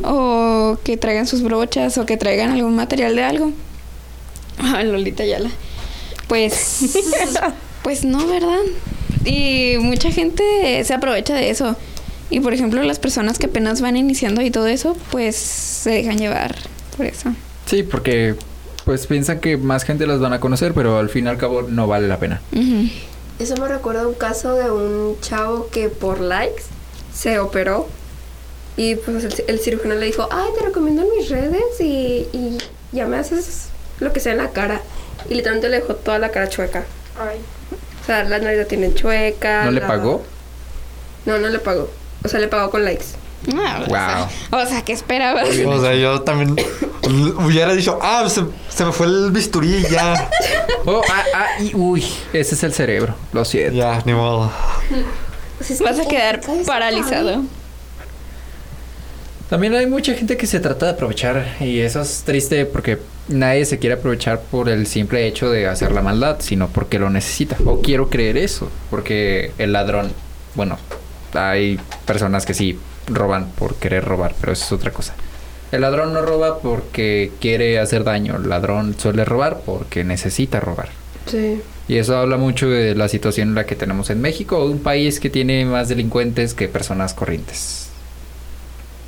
D: O que traigan sus brochas o que traigan algún material de algo. [laughs] Ah, Lolita Yala. Pues, pues no, ¿verdad? Y mucha gente se aprovecha de eso. Y por ejemplo, las personas que apenas van iniciando y todo eso, pues se dejan llevar por eso.
A: Sí, porque pues piensan que más gente las van a conocer, pero al fin y al cabo no vale la pena.
D: Ujú.
E: Eso me recuerda a un caso de un chavo que por likes se operó y pues el, el cirujano le dijo, ay, te recomiendo en mis redes y, y ya me haces lo que sea en la cara. Y literalmente le dejó toda la cara chueca.
F: Ay.
E: O sea, la nariz la tiene chueca.
A: Ah, ¿No le [laughs]
E: la-
A: pagó?
E: No, no le pagó. O sea, le pagó con likes.
D: Ah, o sea- O sea, ¿qué esperabas?
C: O sea, yo también [coughs] hubiera dicho, ah, se, se me fue el bisturí y
D: [laughs]
C: ya,
A: Oh, ah, ah, y uy, ese es el cerebro, lo siento.
C: ya, ni modo.
E: O
B: pues
E: sea, es
D: Vas
E: que-
D: a quedar paralizado.
A: También hay mucha gente que se trata de aprovechar y eso es triste porque nadie se quiere aprovechar por el simple hecho de hacer la maldad, sino porque lo necesita. O quiero creer eso, porque el ladrón, bueno, hay personas que sí roban por querer robar, pero eso es otra cosa. El ladrón no roba porque quiere hacer daño, el ladrón suele robar porque necesita robar.
E: Sí.
A: Y eso habla mucho de la situación en la que tenemos en México, un país que tiene más delincuentes que personas corrientes.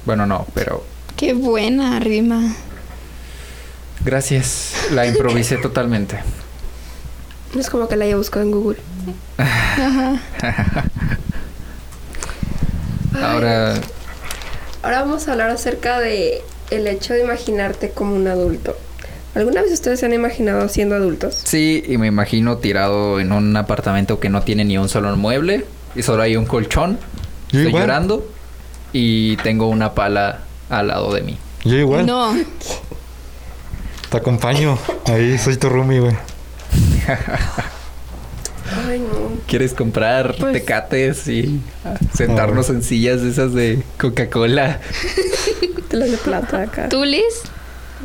A: Bueno, no, pero
D: Qué buena rima.
A: gracias. La improvisé totalmente.
E: No es como que la haya buscado en Google.
D: Ajá.
A: Ahora,
E: Ahora vamos a hablar acerca de el hecho de imaginarte como un adulto. ¿Alguna vez ustedes se han imaginado siendo adultos?
A: sí, y me imagino tirado en un apartamento que no tiene ni un solo mueble y solo hay un colchón.
C: Yo
A: Estoy
C: igual.
A: llorando y tengo una pala al lado de mí.
C: Yo igual,
D: No.
C: te acompaño, ahí soy tu roomie, güey.
E: Ay, no.
A: ¿Quieres comprar
B: Pues-
A: tecates y ah, sentarnos en sillas de esas de Coca-Cola?
E: Te las de plata.
B: Plata acá.
D: ¿Tú, Liz?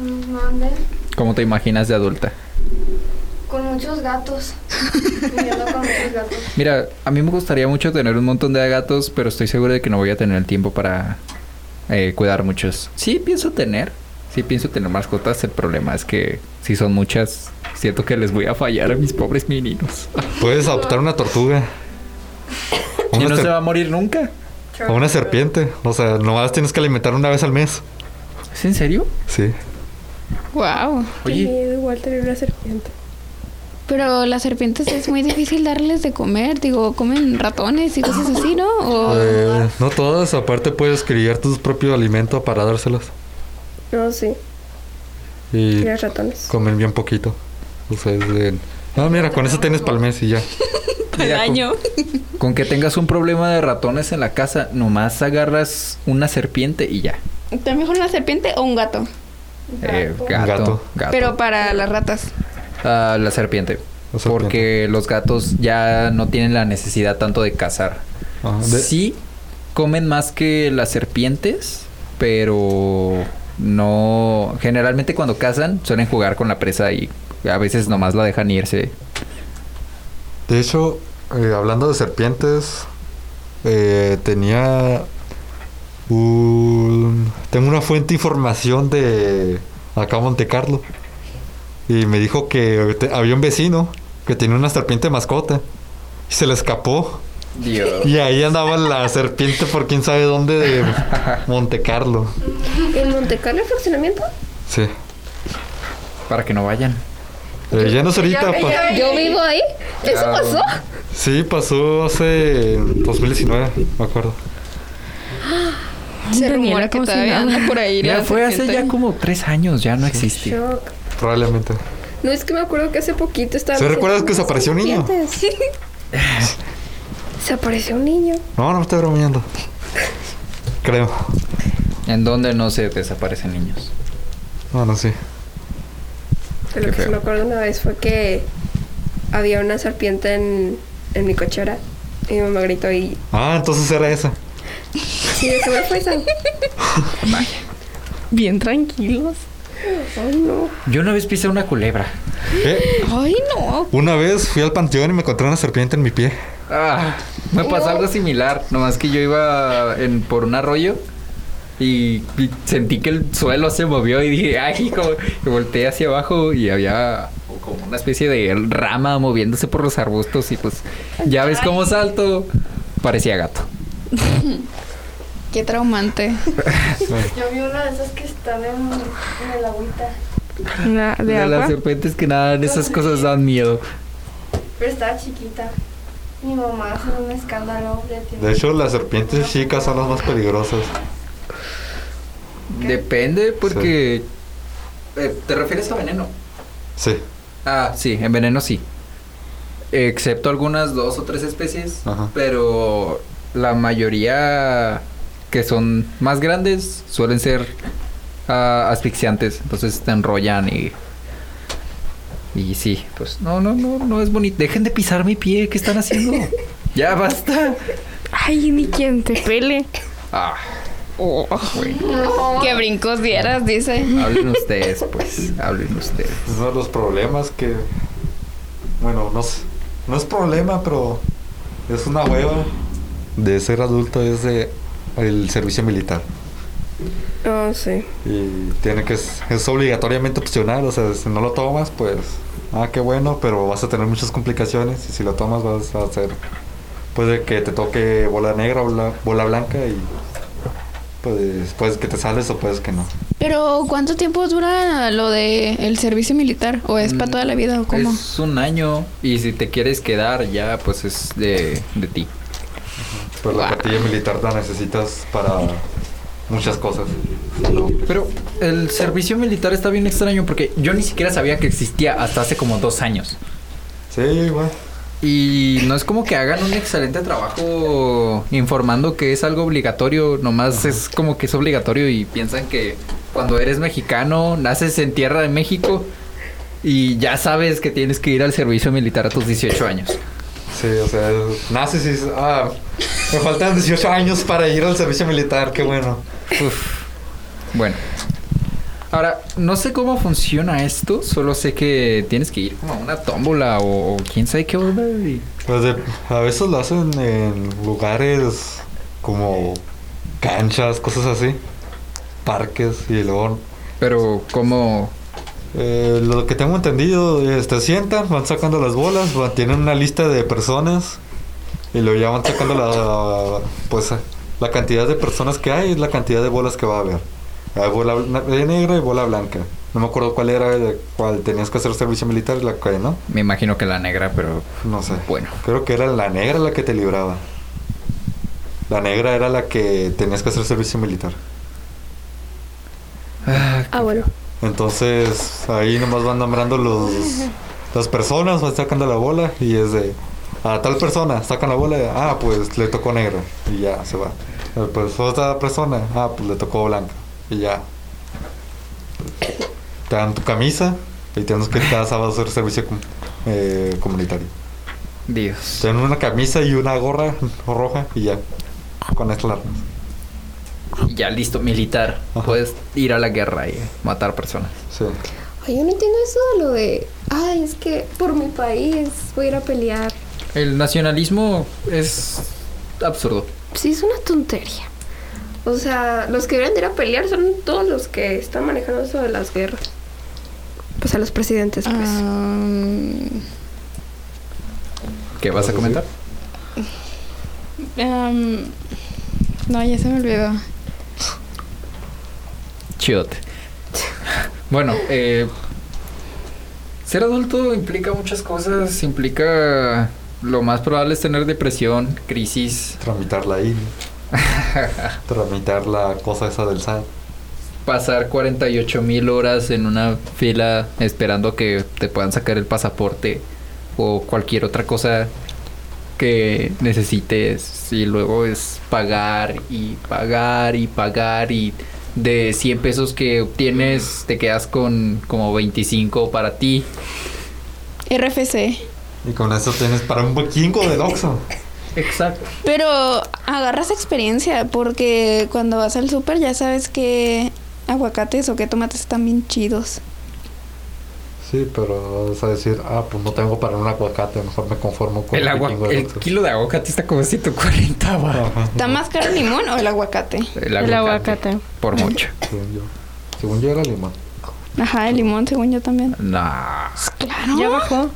F: Mande.
A: ¿Cómo te imaginas de adulta?
F: Con muchos gatos. Viviendo con muchos gatos.
A: Mira, a mí me gustaría mucho tener un montón de gatos, pero estoy seguro de que no voy a tener el tiempo para eh, cuidar muchos. Sí, pienso tener. Sí, pienso tener mascotas. El problema es que si son muchas, siento que les voy a fallar a mis pobres meninos.
C: Puedes adoptar una tortuga.
A: Y
C: Una
A: no se
C: tor-
A: va a morir nunca.
C: O una serpiente. O sea, nomás tienes que alimentar una vez al mes.
A: ¿Es en serio?
C: Sí.
D: Wow.
A: Oye,
B: igual tener una serpiente.
D: Pero las serpientes es muy difícil darles de comer. Digo, comen ratones y cosas así, ¿no? O-
C: Eh, no todas. Aparte puedes criar tu propio alimento para dárselos.
E: No, sí.
C: Y
E: Tienes ratones.
C: comen bien poquito. O sea, es de... Ah, mira, con eso tienes para el mes y ya.
D: Al
A: mira, con,
D: año.
A: con que tengas un problema de ratones en la casa, nomás agarras una serpiente y ya.
D: ¿Está mejor una serpiente o un gato?
A: Eh,
F: Gato.
A: gato,
C: Gato.
A: gato.
D: Pero para las ratas.
A: Ah, la serpiente.
C: O sea,
A: porque los gatos ya no tienen la necesidad tanto de cazar. Ah,
C: Ajá, de-
A: Sí, comen más que las serpientes, pero no. Generalmente cuando cazan suelen jugar con la presa y a veces nomás la dejan irse.
C: De hecho, eh, hablando de serpientes, eh, tenía un... Tengo una fuente de información de acá Monte Carlo. Y me dijo que te- había un vecino que tenía una serpiente mascota. Y se le escapó.
A: Dios.
C: Y ahí andaba [laughs] la serpiente por quién sabe dónde de Monte Carlo.
E: ¿En Montecarlo el funcionamiento?
C: Sí.
A: [laughs] Para que no vayan.
C: Eh, ya no es ahorita. pa-
E: Yo vivo ahí. ¿Eso
A: Claro.
E: pasó?
C: Sí, pasó hace 2019, me acuerdo.
D: Se
B: Daniela,
D: rumora que
B: como si
D: todavía
B: nada.
D: anda por ahí.
A: Ya
D: la
A: fue hace
D: serpiente.
A: ya como tres años, ya no existe.
E: Shock.
C: Probablemente.
E: No, es que me acuerdo que hace poquito estaba...
C: ¿Sí recuerdas que desapareció un niño?
E: Se apareció un niño.
C: No, no me estoy bromeando. Creo.
A: En donde no se desaparecen niños.
C: Bueno, sí.
E: De lo
A: Qué
E: que sí
A: feo.
E: me acuerdo una vez fue que había una serpiente en, en mi cochera. Y mi mamá gritó y...
C: Ah, entonces era esa.
E: Sí, de seguro [laughs] fue esa.
B: Bien tranquilos.
E: Ay, no.
A: Yo una vez pisé una culebra.
C: Eh,
D: Ay, no.
C: Una vez fui al panteón y me encontré una serpiente en mi pie.
A: Ah, me pasó algo similar, nomás que yo iba en- por un arroyo y, y sentí que el suelo se movió y dije, ay, como, y volteé hacia abajo y había como una especie de rama moviéndose por los arbustos y pues ya ves cómo salto, parecía gato.
D: Qué traumante.
F: Yo vi una de esas que están en, en el agüita.
B: Una de
A: De las
B: agua.
A: serpientes que nadan, esas cosas dan miedo.
F: Pero estaba chiquita. Mi mamá hace un escándalo. le tiene-
C: De hecho, las serpientes chicas son las más peligrosas.
A: Depende porque... eh, ¿Te refieres a veneno?
C: Sí.
A: Ah, sí, en veneno sí. Excepto algunas dos o tres especies,
C: Ajá.
A: pero la mayoría que son más grandes suelen ser ah, asfixiantes, entonces te enrollan y y sí, pues no, no, no, no es bonito. Dejen de pisar mi pie, ¿qué están
D: [laughs]
A: haciendo? ya basta.
B: Ay, ni quien te pele.
A: Ah,
D: Oh,
A: bueno,
E: Oh.
D: Qué brincos dieras, dice.
A: hablen ustedes, pues, hablen ustedes.
C: Es uno de los problemas que. Bueno, no es, no es problema, pero es una hueva. De ser adulto es de el servicio militar.
E: No, sí.
C: Y tiene que es, es obligatoriamente opcional, o sea, si no lo tomas, pues, ah, qué bueno, pero vas a tener muchas complicaciones y si lo tomas vas a hacer, puede que te toque bola negra o bola, bola blanca y pues puedes que te sales o puedes que no.
D: Pero, ¿cuánto tiempo dura lo de el servicio militar? ¿O es para
A: Mm,
D: toda la vida o cómo?
A: Es un año y si te quieres quedar ya, pues es de, de ti.
C: Pero la
D: Guau.
C: cartilla militar la necesitas para muchas cosas. ¿no?
A: Pero el servicio militar está bien extraño porque yo ni siquiera sabía que existía hasta hace como dos años.
C: Sí, güey.
A: Y no es como que hagan un excelente trabajo informando que es algo obligatorio, nomás es como que es obligatorio y piensan que cuando eres mexicano, naces en tierra de México y ya sabes que tienes que ir al servicio militar a tus 18 años.
C: Sí, o sea, naces y dices, ah, me faltan 18 años para ir al servicio militar, qué bueno.
A: Uf. Bueno. Ahora, no sé cómo funciona esto, solo sé que tienes que ir como a una tómbola o, o quién sabe qué onda y
C: Pues de- a veces lo hacen en lugares como canchas, cosas así, parques y luego...
A: Pero como...
C: eh, lo que tengo entendido, es te sientan, van sacando las bolas, van- tienen una lista de personas y luego ya van sacando la, pues, la cantidad de personas que hay y la cantidad de bolas que va a haber. Hay bola bla- negra y bola blanca. No me acuerdo cuál era, de cuál tenías que hacer servicio militar y la que no.
A: Me imagino que la negra, pero
C: No sé.
A: bueno.
C: Creo que era la negra la que te libraba. La negra era la que tenías que hacer servicio militar.
A: Ah,
E: Ah, bueno.
C: Entonces ahí nomás van nombrando los, las personas, van sacando la bola y es de... A tal persona, sacan la bola, ah, pues le tocó negra y ya se va. A pues, otra persona, ah, pues le tocó blanca y ya. Te dan tu camisa y tienes que ir cada sábado a hacer servicio com- eh, comunitario.
A: Dios.
C: Tienen una camisa y una gorra roja y ya. Con esto la armas.
A: Y Ya listo, militar.
C: Ajá.
A: Puedes ir a la guerra y matar personas.
C: Sí.
E: Ay, yo no entiendo eso de lo de. Ay, es que por mi país voy a ir a pelear.
A: El nacionalismo es absurdo.
E: Sí, es una tontería. O sea, los que deberían de ir a pelear son todos los que están manejando eso de las guerras. Pues a los
D: Ah,
E: presidentes, pues.
D: Um,
A: ¿Qué vas a comentar?
D: um, no, ya se me olvidó.
A: Chiote. Bueno, eh, ser adulto implica muchas cosas. Implica lo más probable es tener depresión, crisis,
C: Tramitar la
A: [laughs]
C: INE. tramitar la cosa esa del SAT.
A: pasar 48 mil horas en una fila esperando que te puedan sacar el pasaporte o cualquier otra cosa que necesites y luego es pagar y pagar y pagar y de 100 pesos que obtienes te quedas con como 25 para ti
D: RFC.
C: Y con eso tienes para un boquingo del Oxxo.
A: Exacto.
D: Pero agarras experiencia porque cuando vas al súper ya sabes que aguacates o que tomates están bien chidos.
C: Sí, pero vas a decir, ah, pues no tengo para un aguacate, mejor me conformo con
A: El, agua,
C: boquingo del
A: el
C: Oxxo.
A: kilo de aguacate está como 140 va.
C: Ajá.
D: ¿Está más caro el limón o el aguacate?
B: El aguacate.
A: Por mucho.
C: Según yo. Según yo era limón.
D: Ajá, el limón, según yo
A: Ah.
D: también. Pues
A: Nah.
D: Claro.
A: ¡Ah!
B: Ya bajó.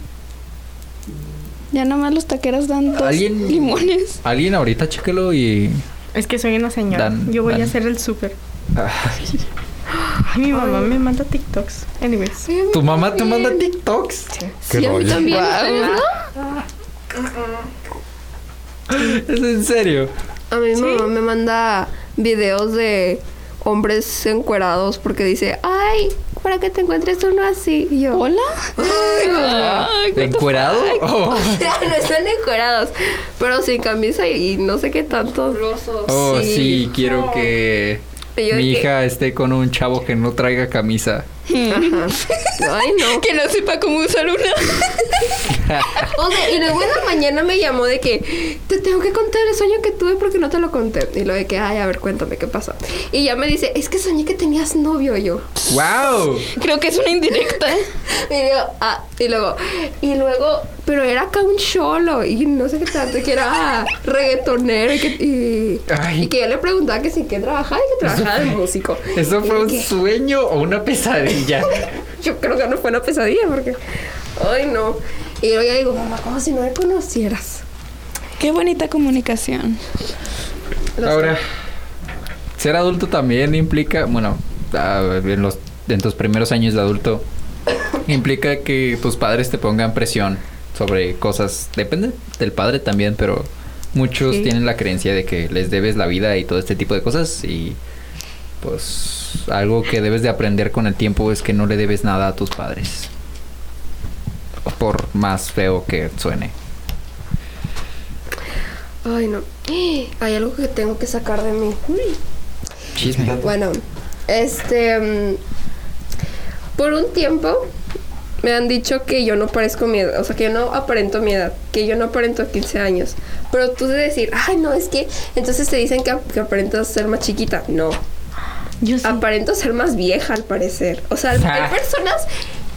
D: Ya nomás los taqueros dan dos
A: ¿Alguien-
D: limones.
A: Alguien ahorita chéquelo y
B: Es que soy una señora.
A: Dan-
B: Yo voy
A: Dan.
B: a hacer
A: [laughs]
B: el súper.
A: Ay,
B: Ay, mi mamá me manda TikToks. Anyways.
E: Sí, a mí
A: tu mamá te
E: también.
A: manda TikToks.
E: Sí, a mí
C: rollo.
E: también.
D: Guau.
E: ¿ustedes no?
A: Es en serio.
E: A mí mi mamá me manda videos de hombres encuerados porque dice, ay, para que te encuentres uno así. Y yo,
D: ¿Hola?
E: "Ay, mamá". [laughs]
A: ¿Encuerado? Oh,
E: no están encuerados, pero sin camisa y, y no sé qué tanto.
A: Oh, sí, quiero que
E: Y yo
A: mi
E: de que-
A: hija esté con un chavo que no traiga camisa.
E: Ay, no.
D: [laughs] Que no sepa cómo usar una.
E: [laughs] O sea, y luego en la mañana me llamó de que te tengo que contar el sueño que tuve porque no te lo conté. Y lo de que, ay, a ver, cuéntame qué pasó. Y ya me dice, es que soñé que tenías novio Y yo.
A: ¡Wow!
D: Creo que es una indirecta.
E: Y digo, ah, y luego, y luego, pero era acá un cholo y no sé qué tanto, que era ah, reggaetonero y que, y,
A: Ay.
E: y que yo le preguntaba que si que trabajaba y que trabajaba de músico.
A: ¿Eso
E: Y
A: fue un
E: que-
A: sueño o una
E: [laughs]
A: pesadilla?
E: Yo creo que no fue una pesadilla porque, ay no. Y luego yo digo, mamá, como si no me conocieras.
D: Qué bonita comunicación.
E: Los-
A: Ahora, ser adulto también implica, bueno, a- en, los, en tus primeros años de adulto, implica que tus padres te pongan presión sobre cosas. Depende del padre también, pero muchos
B: Sí.
A: tienen la creencia de que les debes la vida y todo este tipo de cosas. Y pues algo que debes de aprender con el tiempo es que no le debes nada a tus padres. Por más feo que suene.
E: Ay no. [gasps] Hay algo que tengo que sacar de mí. Uy.
A: Chisme.
E: Bueno, este. mm, Por un tiempo me han dicho que yo no parezco mi edad, o sea, que yo no aparento mi edad, que yo no aparento 15 años. Pero tú de decir, ay, no, es que. Entonces te dicen que, ap- que aparentas ser más chiquita. No,
B: Yo sí.
E: aparento ser más vieja al parecer. O sea,
A: Ah.
E: hay personas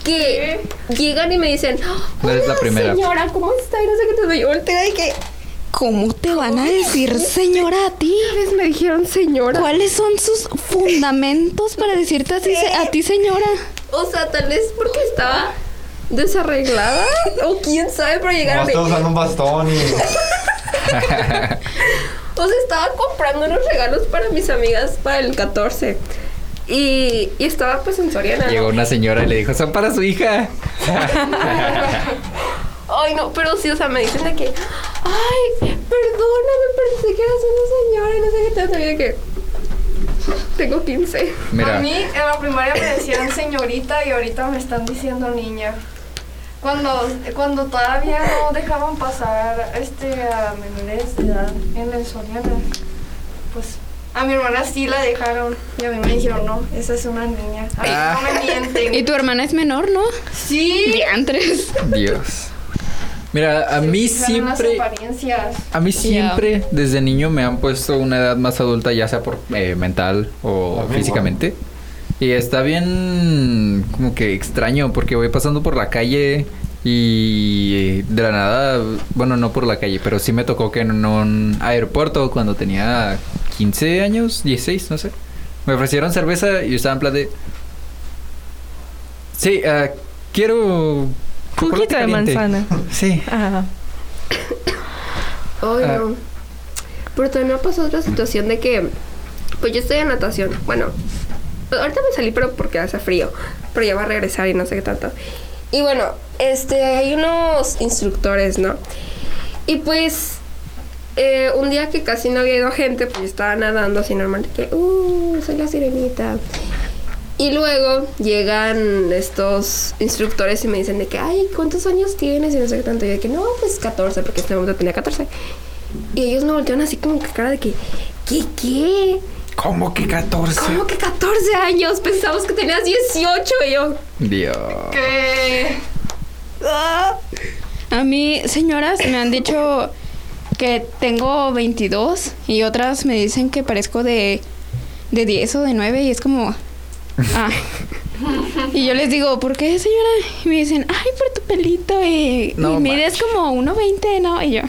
E: que llegan y me dicen,
A: No eres la
E: "Hola,
A: primera".
E: señora, ¿cómo está? Y no sé qué te doy. Voltea y que.
D: ¿Cómo te van a decir señora a ti?
E: Una vez me dijeron, señora.
D: ¿Cuáles son sus fundamentos para decirte así se- a ti señora?
E: O sea, tal vez porque estaba desarreglada o quién sabe, pero
C: Nomás
E: llegaron.
C: estaba
E: y-
C: usando un bastón y.
E: O sea, estaba comprando unos regalos para mis amigas para el 14. Y, y estaba pues en Soriana. ¿no?
A: Llegó una señora y le dijo, son para su hija.
E: Ay, no, pero sí, o sea, me dicen de que, ay, perdóname, pensé que eras una señora y no sé qué tanto. Y de que, tengo 15.
A: Mira.
F: A mí en la primaria me decían señorita y ahorita me están diciendo niña. Cuando, cuando todavía no dejaban pasar este, a menores de edad en el Soriana, pues
A: Ah.
F: a mi hermana sí la dejaron y a mí me dijeron, no, esa es una niña. A mí no me
A: [laughs]
F: mienten.
D: Y tu hermana es menor, ¿no?
F: Sí.
D: Diantres.
A: Dios. Mira, a mí
F: Fijaron las
A: siempre.
F: apariencias.
A: A mí siempre, desde niño, me han puesto una edad más adulta, ya sea por eh, mental o
C: Ah, muy
A: físicamente. Y está bien como que extraño, porque voy pasando por la calle y eh, de la nada, bueno, no por la calle, pero sí me tocó que en un aeropuerto, cuando tenía 15 años, 16, no sé, me ofrecieron cerveza y estaba en plan de... Sí, ah, quiero... chocolate
B: Juguito de
A: caliente".
B: manzana.
A: Sí.
B: Ajá.
E: Ay,
A: Ah.
E: no. Pero también me ha pasado otra situación de que, pues yo estoy en natación. Bueno, ahorita me salí, pero porque hace frío. Pero ya va a regresar y no sé qué tanto. Y bueno, este, hay unos instructores, ¿no? Y pues, eh, un día que casi no había ido gente, pues yo estaba nadando así normal, de que, uh, soy la sirenita. Y luego llegan estos instructores y me dicen de que, ay, ¿cuántos años tienes? Y no sé qué tanto. Y yo de que, no, pues 14, porque en este momento tenía 14. Y ellos me voltearon así como que cara de que, ¿qué, qué?
A: ¿Cómo que 14?
E: ¿Cómo que 14 años? Pensamos que tenías 18. Y yo,
A: Dios.
F: Que.
D: A mí, señoras, me han dicho que tengo 22 y otras me dicen que parezco de, de 10 o de 9 y es como... Ah. Y yo les digo, ¿por qué, señora? Y me dicen, ay, por tu pelito eh". y,
A: No
D: y mides como 1.20, ¿no? Y yo,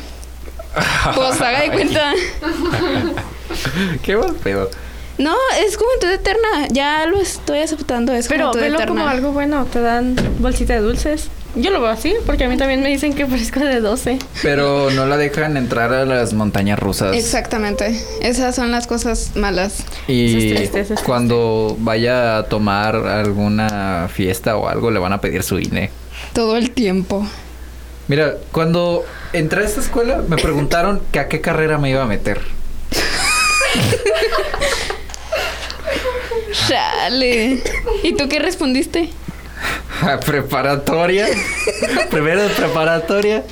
D: pues
A: [laughs]
D: haga de cuenta.
A: Qué buen pedo.
D: No, es juventud eterna, ya lo estoy aceptando, es
B: Pero
D: juventud
B: velo
D: eterna.
B: como algo bueno, te dan bolsita de dulces. Yo lo veo así, porque a mí también me dicen que parezco de 12.
A: Pero no la dejan entrar a las montañas rusas.
D: Exactamente, esas son las cosas malas.
A: Y
B: Eso es triste, eso es triste.
A: cuando vaya a tomar alguna fiesta o algo, le van a pedir su INE.
D: Todo el tiempo.
A: Mira, cuando entré a esta escuela, me preguntaron que a qué carrera me iba a meter. [laughs]
D: Chale. ¿Y tú qué respondiste?
A: ¿A preparatoria? [laughs] ¿Primero de preparatoria?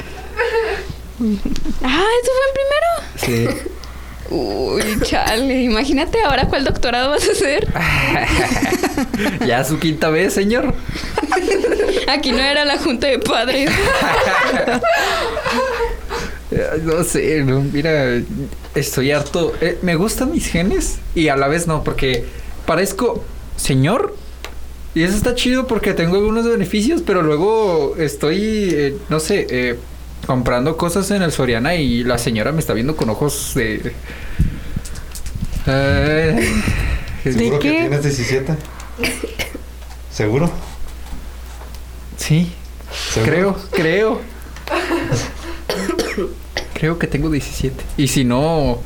D: Ah, ¿eso fue
A: Sí.
D: en primero? Uy, chale. Imagínate ahora cuál doctorado vas a hacer.
A: ya su quinta vez, señor.
D: Aquí no era la junta de padres.
A: Ay, No sé, no, mira, estoy harto. Eh, me gustan mis genes y a la vez no, porque parezco señor. Y eso está chido porque tengo algunos beneficios, pero luego estoy, eh, no sé, eh, comprando cosas en el Soriana y la señora me está viendo con ojos de... Eh,
C: ¿Seguro que
B: qué?
C: tienes 17? ¿Seguro?
A: sí,
C: ¿Seguro?
A: creo, creo. Creo que tengo 17. Y si no,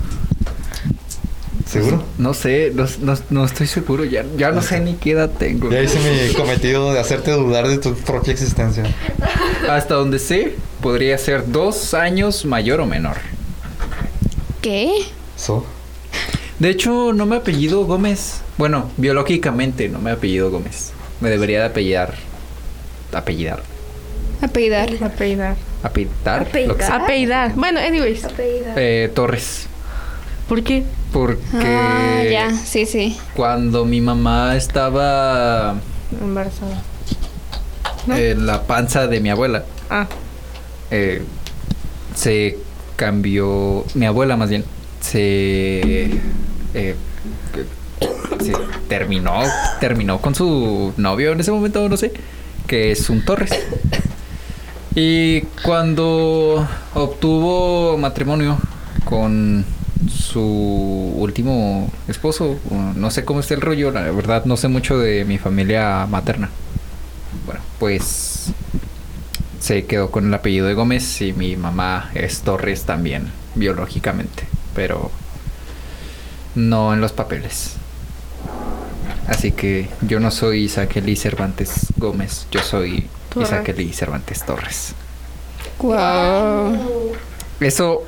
C: ¿Seguro?
A: No sé, no, no- no estoy seguro, ya, ya no sé ni qué edad tengo.
C: Ya hice mi cometido de hacerte dudar de tu propia existencia.
A: Hasta donde sé, podría ser dos años mayor o menor.
D: ¿Qué?
C: ¿So?
A: De hecho, no me apellido Gómez. Bueno, biológicamente no me apellido Gómez. Me debería de apellidar. Apellidar.
D: Apellidar.
B: Apeidar.
A: Apellidar. lo que sea.
B: Apeidar. Bueno, anyways.
A: Eh, Torres.
B: ¿Por qué?
A: Porque
D: Ah, ya, sí, sí.
A: cuando mi mamá estaba
B: Embarazada. ¿No?
A: en la panza de mi abuela,
B: Ah.
A: eh, se cambió, mi abuela más bien, se, eh, que- se terminó, terminó con su novio en ese momento, no sé, que es un Torres. Y cuando obtuvo matrimonio con su último esposo, o no sé cómo está el rollo, la verdad no sé mucho de mi familia materna. Bueno, pues se quedó con el apellido de Gómez y mi mamá es Torres también, biológicamente, pero no en los papeles. Así que yo no soy Isaac Eli Cervantes Gómez, yo soy
B: Torres.
A: Isaac Eli Cervantes Torres. Ah.
D: Wow.
A: Eso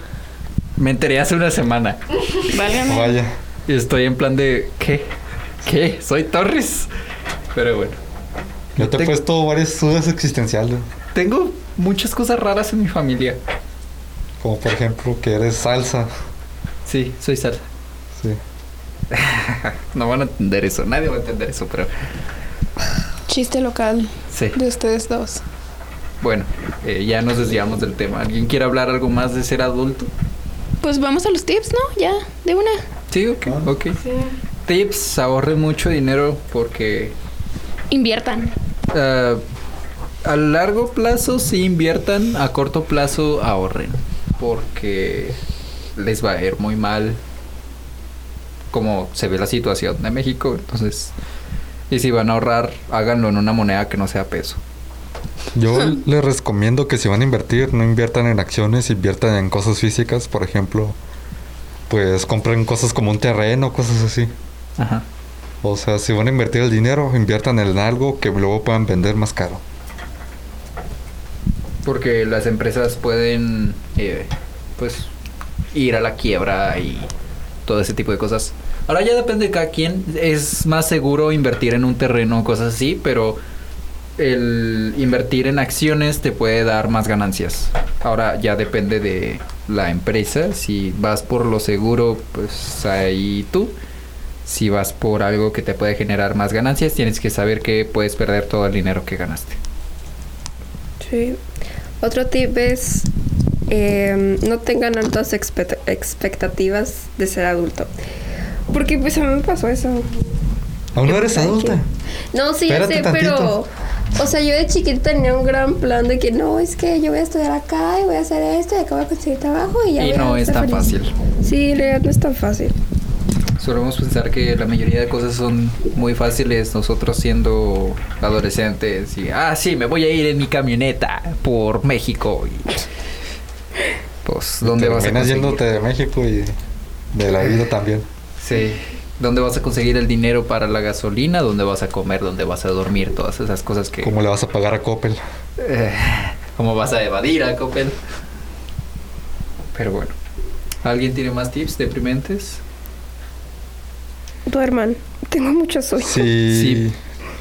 A: me enteré hace una semana
B: Válgame.
C: Vaya.
A: y estoy en plan de ¿qué? ¿Qué? Soy Torres. Pero bueno,
C: Yo te he
A: Te-
C: puesto varias dudas existenciales.
A: tengo muchas cosas raras en mi familia.
C: Como por ejemplo que eres salsa.
A: Sí, soy Sal.
C: Sí.
A: No van a entender eso, nadie va a entender eso, pero
D: chiste local
A: Sí.
D: de ustedes dos.
A: Bueno, eh, ya nos desviamos del tema. ¿Alguien quiere hablar algo más de ser adulto?
D: Pues vamos a los tips, ¿no? Ya, de una.
A: Sí, ok.
C: Ah.
A: ok.
F: Sí.
A: Tips, ahorren mucho dinero porque
D: Inviertan.
A: ah, a largo plazo sí inviertan, a corto plazo ahorren. Porque les va a ir muy mal como se ve la situación de México. Entonces, y si van a ahorrar, háganlo en una moneda que no sea peso.
C: Yo les recomiendo que si van a invertir, no inviertan en acciones, inviertan en cosas físicas, por ejemplo, pues compren cosas como un terreno, cosas así.
A: Ajá.
C: O sea, si van a invertir el dinero, inviertan en algo que luego puedan vender más caro.
A: Porque las empresas pueden, eh, pues, ir a la quiebra y todo ese tipo de cosas. Ahora ya depende de cada quien. Es más seguro invertir en un terreno o cosas así, pero el invertir en acciones te puede dar más ganancias. Ahora ya depende de la empresa. Si vas por lo seguro, pues ahí tú. Si vas por algo que te puede generar más ganancias, tienes que saber que puedes perder todo el dinero que ganaste.
E: Sí. Otro tip es eh, no tengan altas expect- expectativas de ser adulto. Porque pues a mí me pasó eso.
C: Aún no eres adulta.
E: No, sí,
C: Espérate
E: ya sé,
C: tantito.
E: pero. O sea, yo de chiquita tenía un gran plan de que no, es que yo voy a estudiar acá y voy a hacer esto y acá voy a conseguir trabajo y ya.
A: Y
E: voy a
A: no es
E: ser
A: tan
E: feliz".
A: fácil.
E: Sí, en realidad no es tan fácil.
A: Solemos pensar que la mayoría de cosas son muy fáciles nosotros siendo adolescentes y, ah, sí, me voy a ir en mi camioneta por México. y, pues, ¿dónde vas a
C: Terminas
A: conseguir?
C: yéndote de México y de la vida también.
A: Sí. ¿Dónde vas a conseguir el dinero para la gasolina? ¿Dónde vas a comer? ¿Dónde vas a dormir? Todas esas cosas que...
C: ¿Cómo le vas a pagar a Coppel?
A: Eh, ¿Cómo vas a evadir a Coppel? Pero bueno. ¿Alguien tiene más tips deprimentes?
E: Duerman, tengo mucho sueño.
C: Si
A: Sí.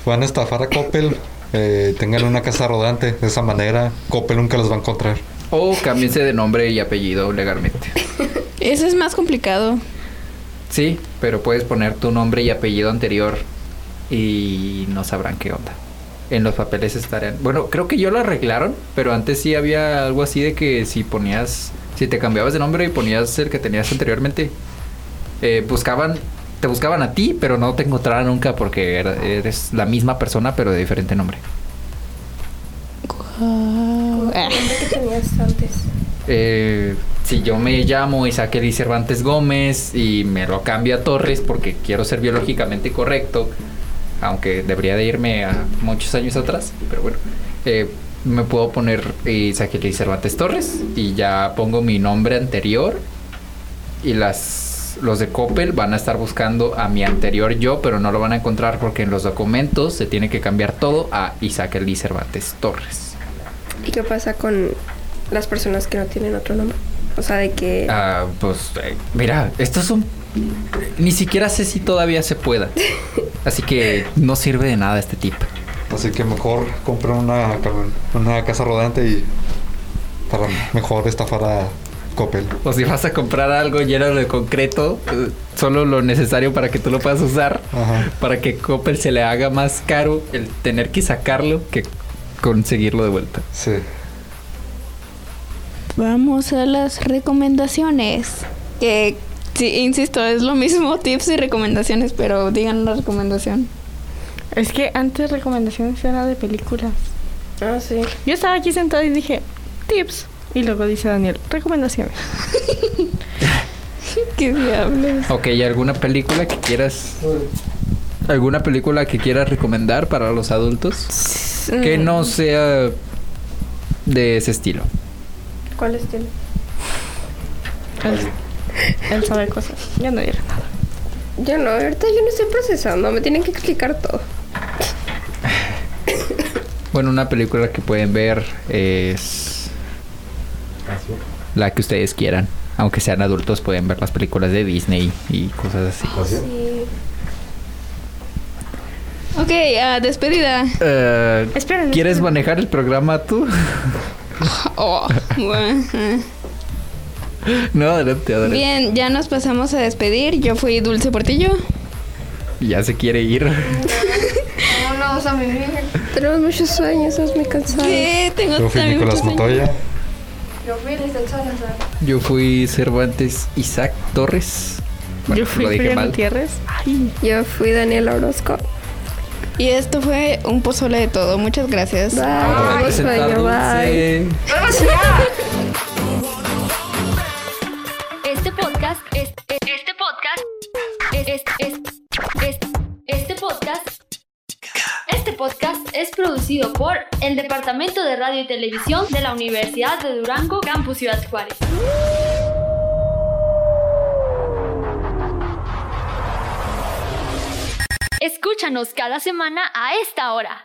C: van a estafar a Coppel, eh, tengan una casa rodante. De esa manera, Coppel nunca los va a encontrar.
A: O cámbiense de nombre y apellido legalmente.
D: Eso es más complicado.
A: Sí, pero puedes poner tu nombre y apellido anterior y no sabrán qué onda. En los papeles estarán. Bueno, creo que yo lo arreglaron, pero antes sí había algo así de que si ponías, si te cambiabas de nombre y ponías el que tenías anteriormente, eh, buscaban, te buscaban a ti, pero no te encontraban nunca porque era- eres la misma persona pero de diferente nombre.
D: Guau. Ah.
E: ¿Qué tenías antes?
A: Eh, si yo me llamo Isaac Eli Cervantes Gómez y me lo cambio a Torres porque quiero ser biológicamente correcto, aunque debería de irme a muchos años atrás, pero bueno, eh, me puedo poner Isaac Eli Cervantes Torres y ya pongo mi nombre anterior y las los de Coppel van a estar buscando a mi anterior yo, pero no lo van a encontrar porque en los documentos se tiene que cambiar todo a Isaac Eli Cervantes Torres.
E: ¿Y qué pasa con las personas que no tienen otro nombre? O sea, de que.
A: Ah, pues, eh, mira, esto es un... Ni siquiera sé si todavía se pueda. Así que no sirve de nada este tip.
C: Así que mejor compren una, cam- una casa rodante y para mejor estafar a Coppel.
A: O si vas a comprar algo lleno de concreto, eh, solo lo necesario para que tú lo puedas usar,
C: Ajá.
A: para que Coppel se le haga más caro el tener que sacarlo que conseguirlo de vuelta.
C: Sí.
D: Vamos a las recomendaciones. Que, sí, insisto, es lo mismo [laughs] tips y recomendaciones, pero digan una recomendación.
B: Es que antes recomendaciones era de películas.
E: Ah, sí.
B: Yo estaba aquí sentada y dije, tips. Y luego dice Daniel, recomendaciones.
D: ¿Qué diablos?
A: Ok, ¿y alguna película que quieras... ¿Alguna película que quieras recomendar para los adultos? Que no sea de ese estilo.
E: ¿Cuál es el?
B: Él, él sabe cosas. Ya no diré nada.
E: Yo no, ahorita yo no estoy procesando, me tienen que explicar todo.
A: Bueno, una película que pueden ver es la que ustedes quieran. Aunque sean adultos, pueden ver las películas de Disney y cosas así.
D: Ok, ah,
E: [laughs]
D: despedida.
A: Eh,
B: Esperen.
A: ¿Quieres manejar el programa tú? [laughs]
D: Oh, bueno.
A: No, adelante, adelante.
D: Bien, ya nos pasamos a despedir. Yo fui Dulce Portillo.
A: Ya se quiere ir.
F: Vámonos. vamos a vivir.
E: Tenemos muchos sueños, estamos muy cansados.
D: Sí, tengo
C: Yo fui
D: también
C: Nicolás
D: muchos
C: Montoya.
F: Yo fui licenciado Salazar.
A: Yo fui Cervantes Isaac Torres. Bueno,
B: Yo fui
A: lo dije
B: Frida
A: mal.
B: Gutiérrez. Ay,
E: Yo fui Daniela Orozco.
D: años. Y esto fue un pozole de todo. Muchas gracias.
E: Bye.
A: Ay,
E: Vamos
A: presentar
E: sueño, bye.
A: dulce.
F: ¡Vamos ya!
G: Este podcast es, es- este podcast es, es- es- es- este podcast este podcast es producido por el Departamento de Radio y Televisión de la Universidad de Durango, Campus Ciudad Juárez. Escúchanos cada semana a esta hora.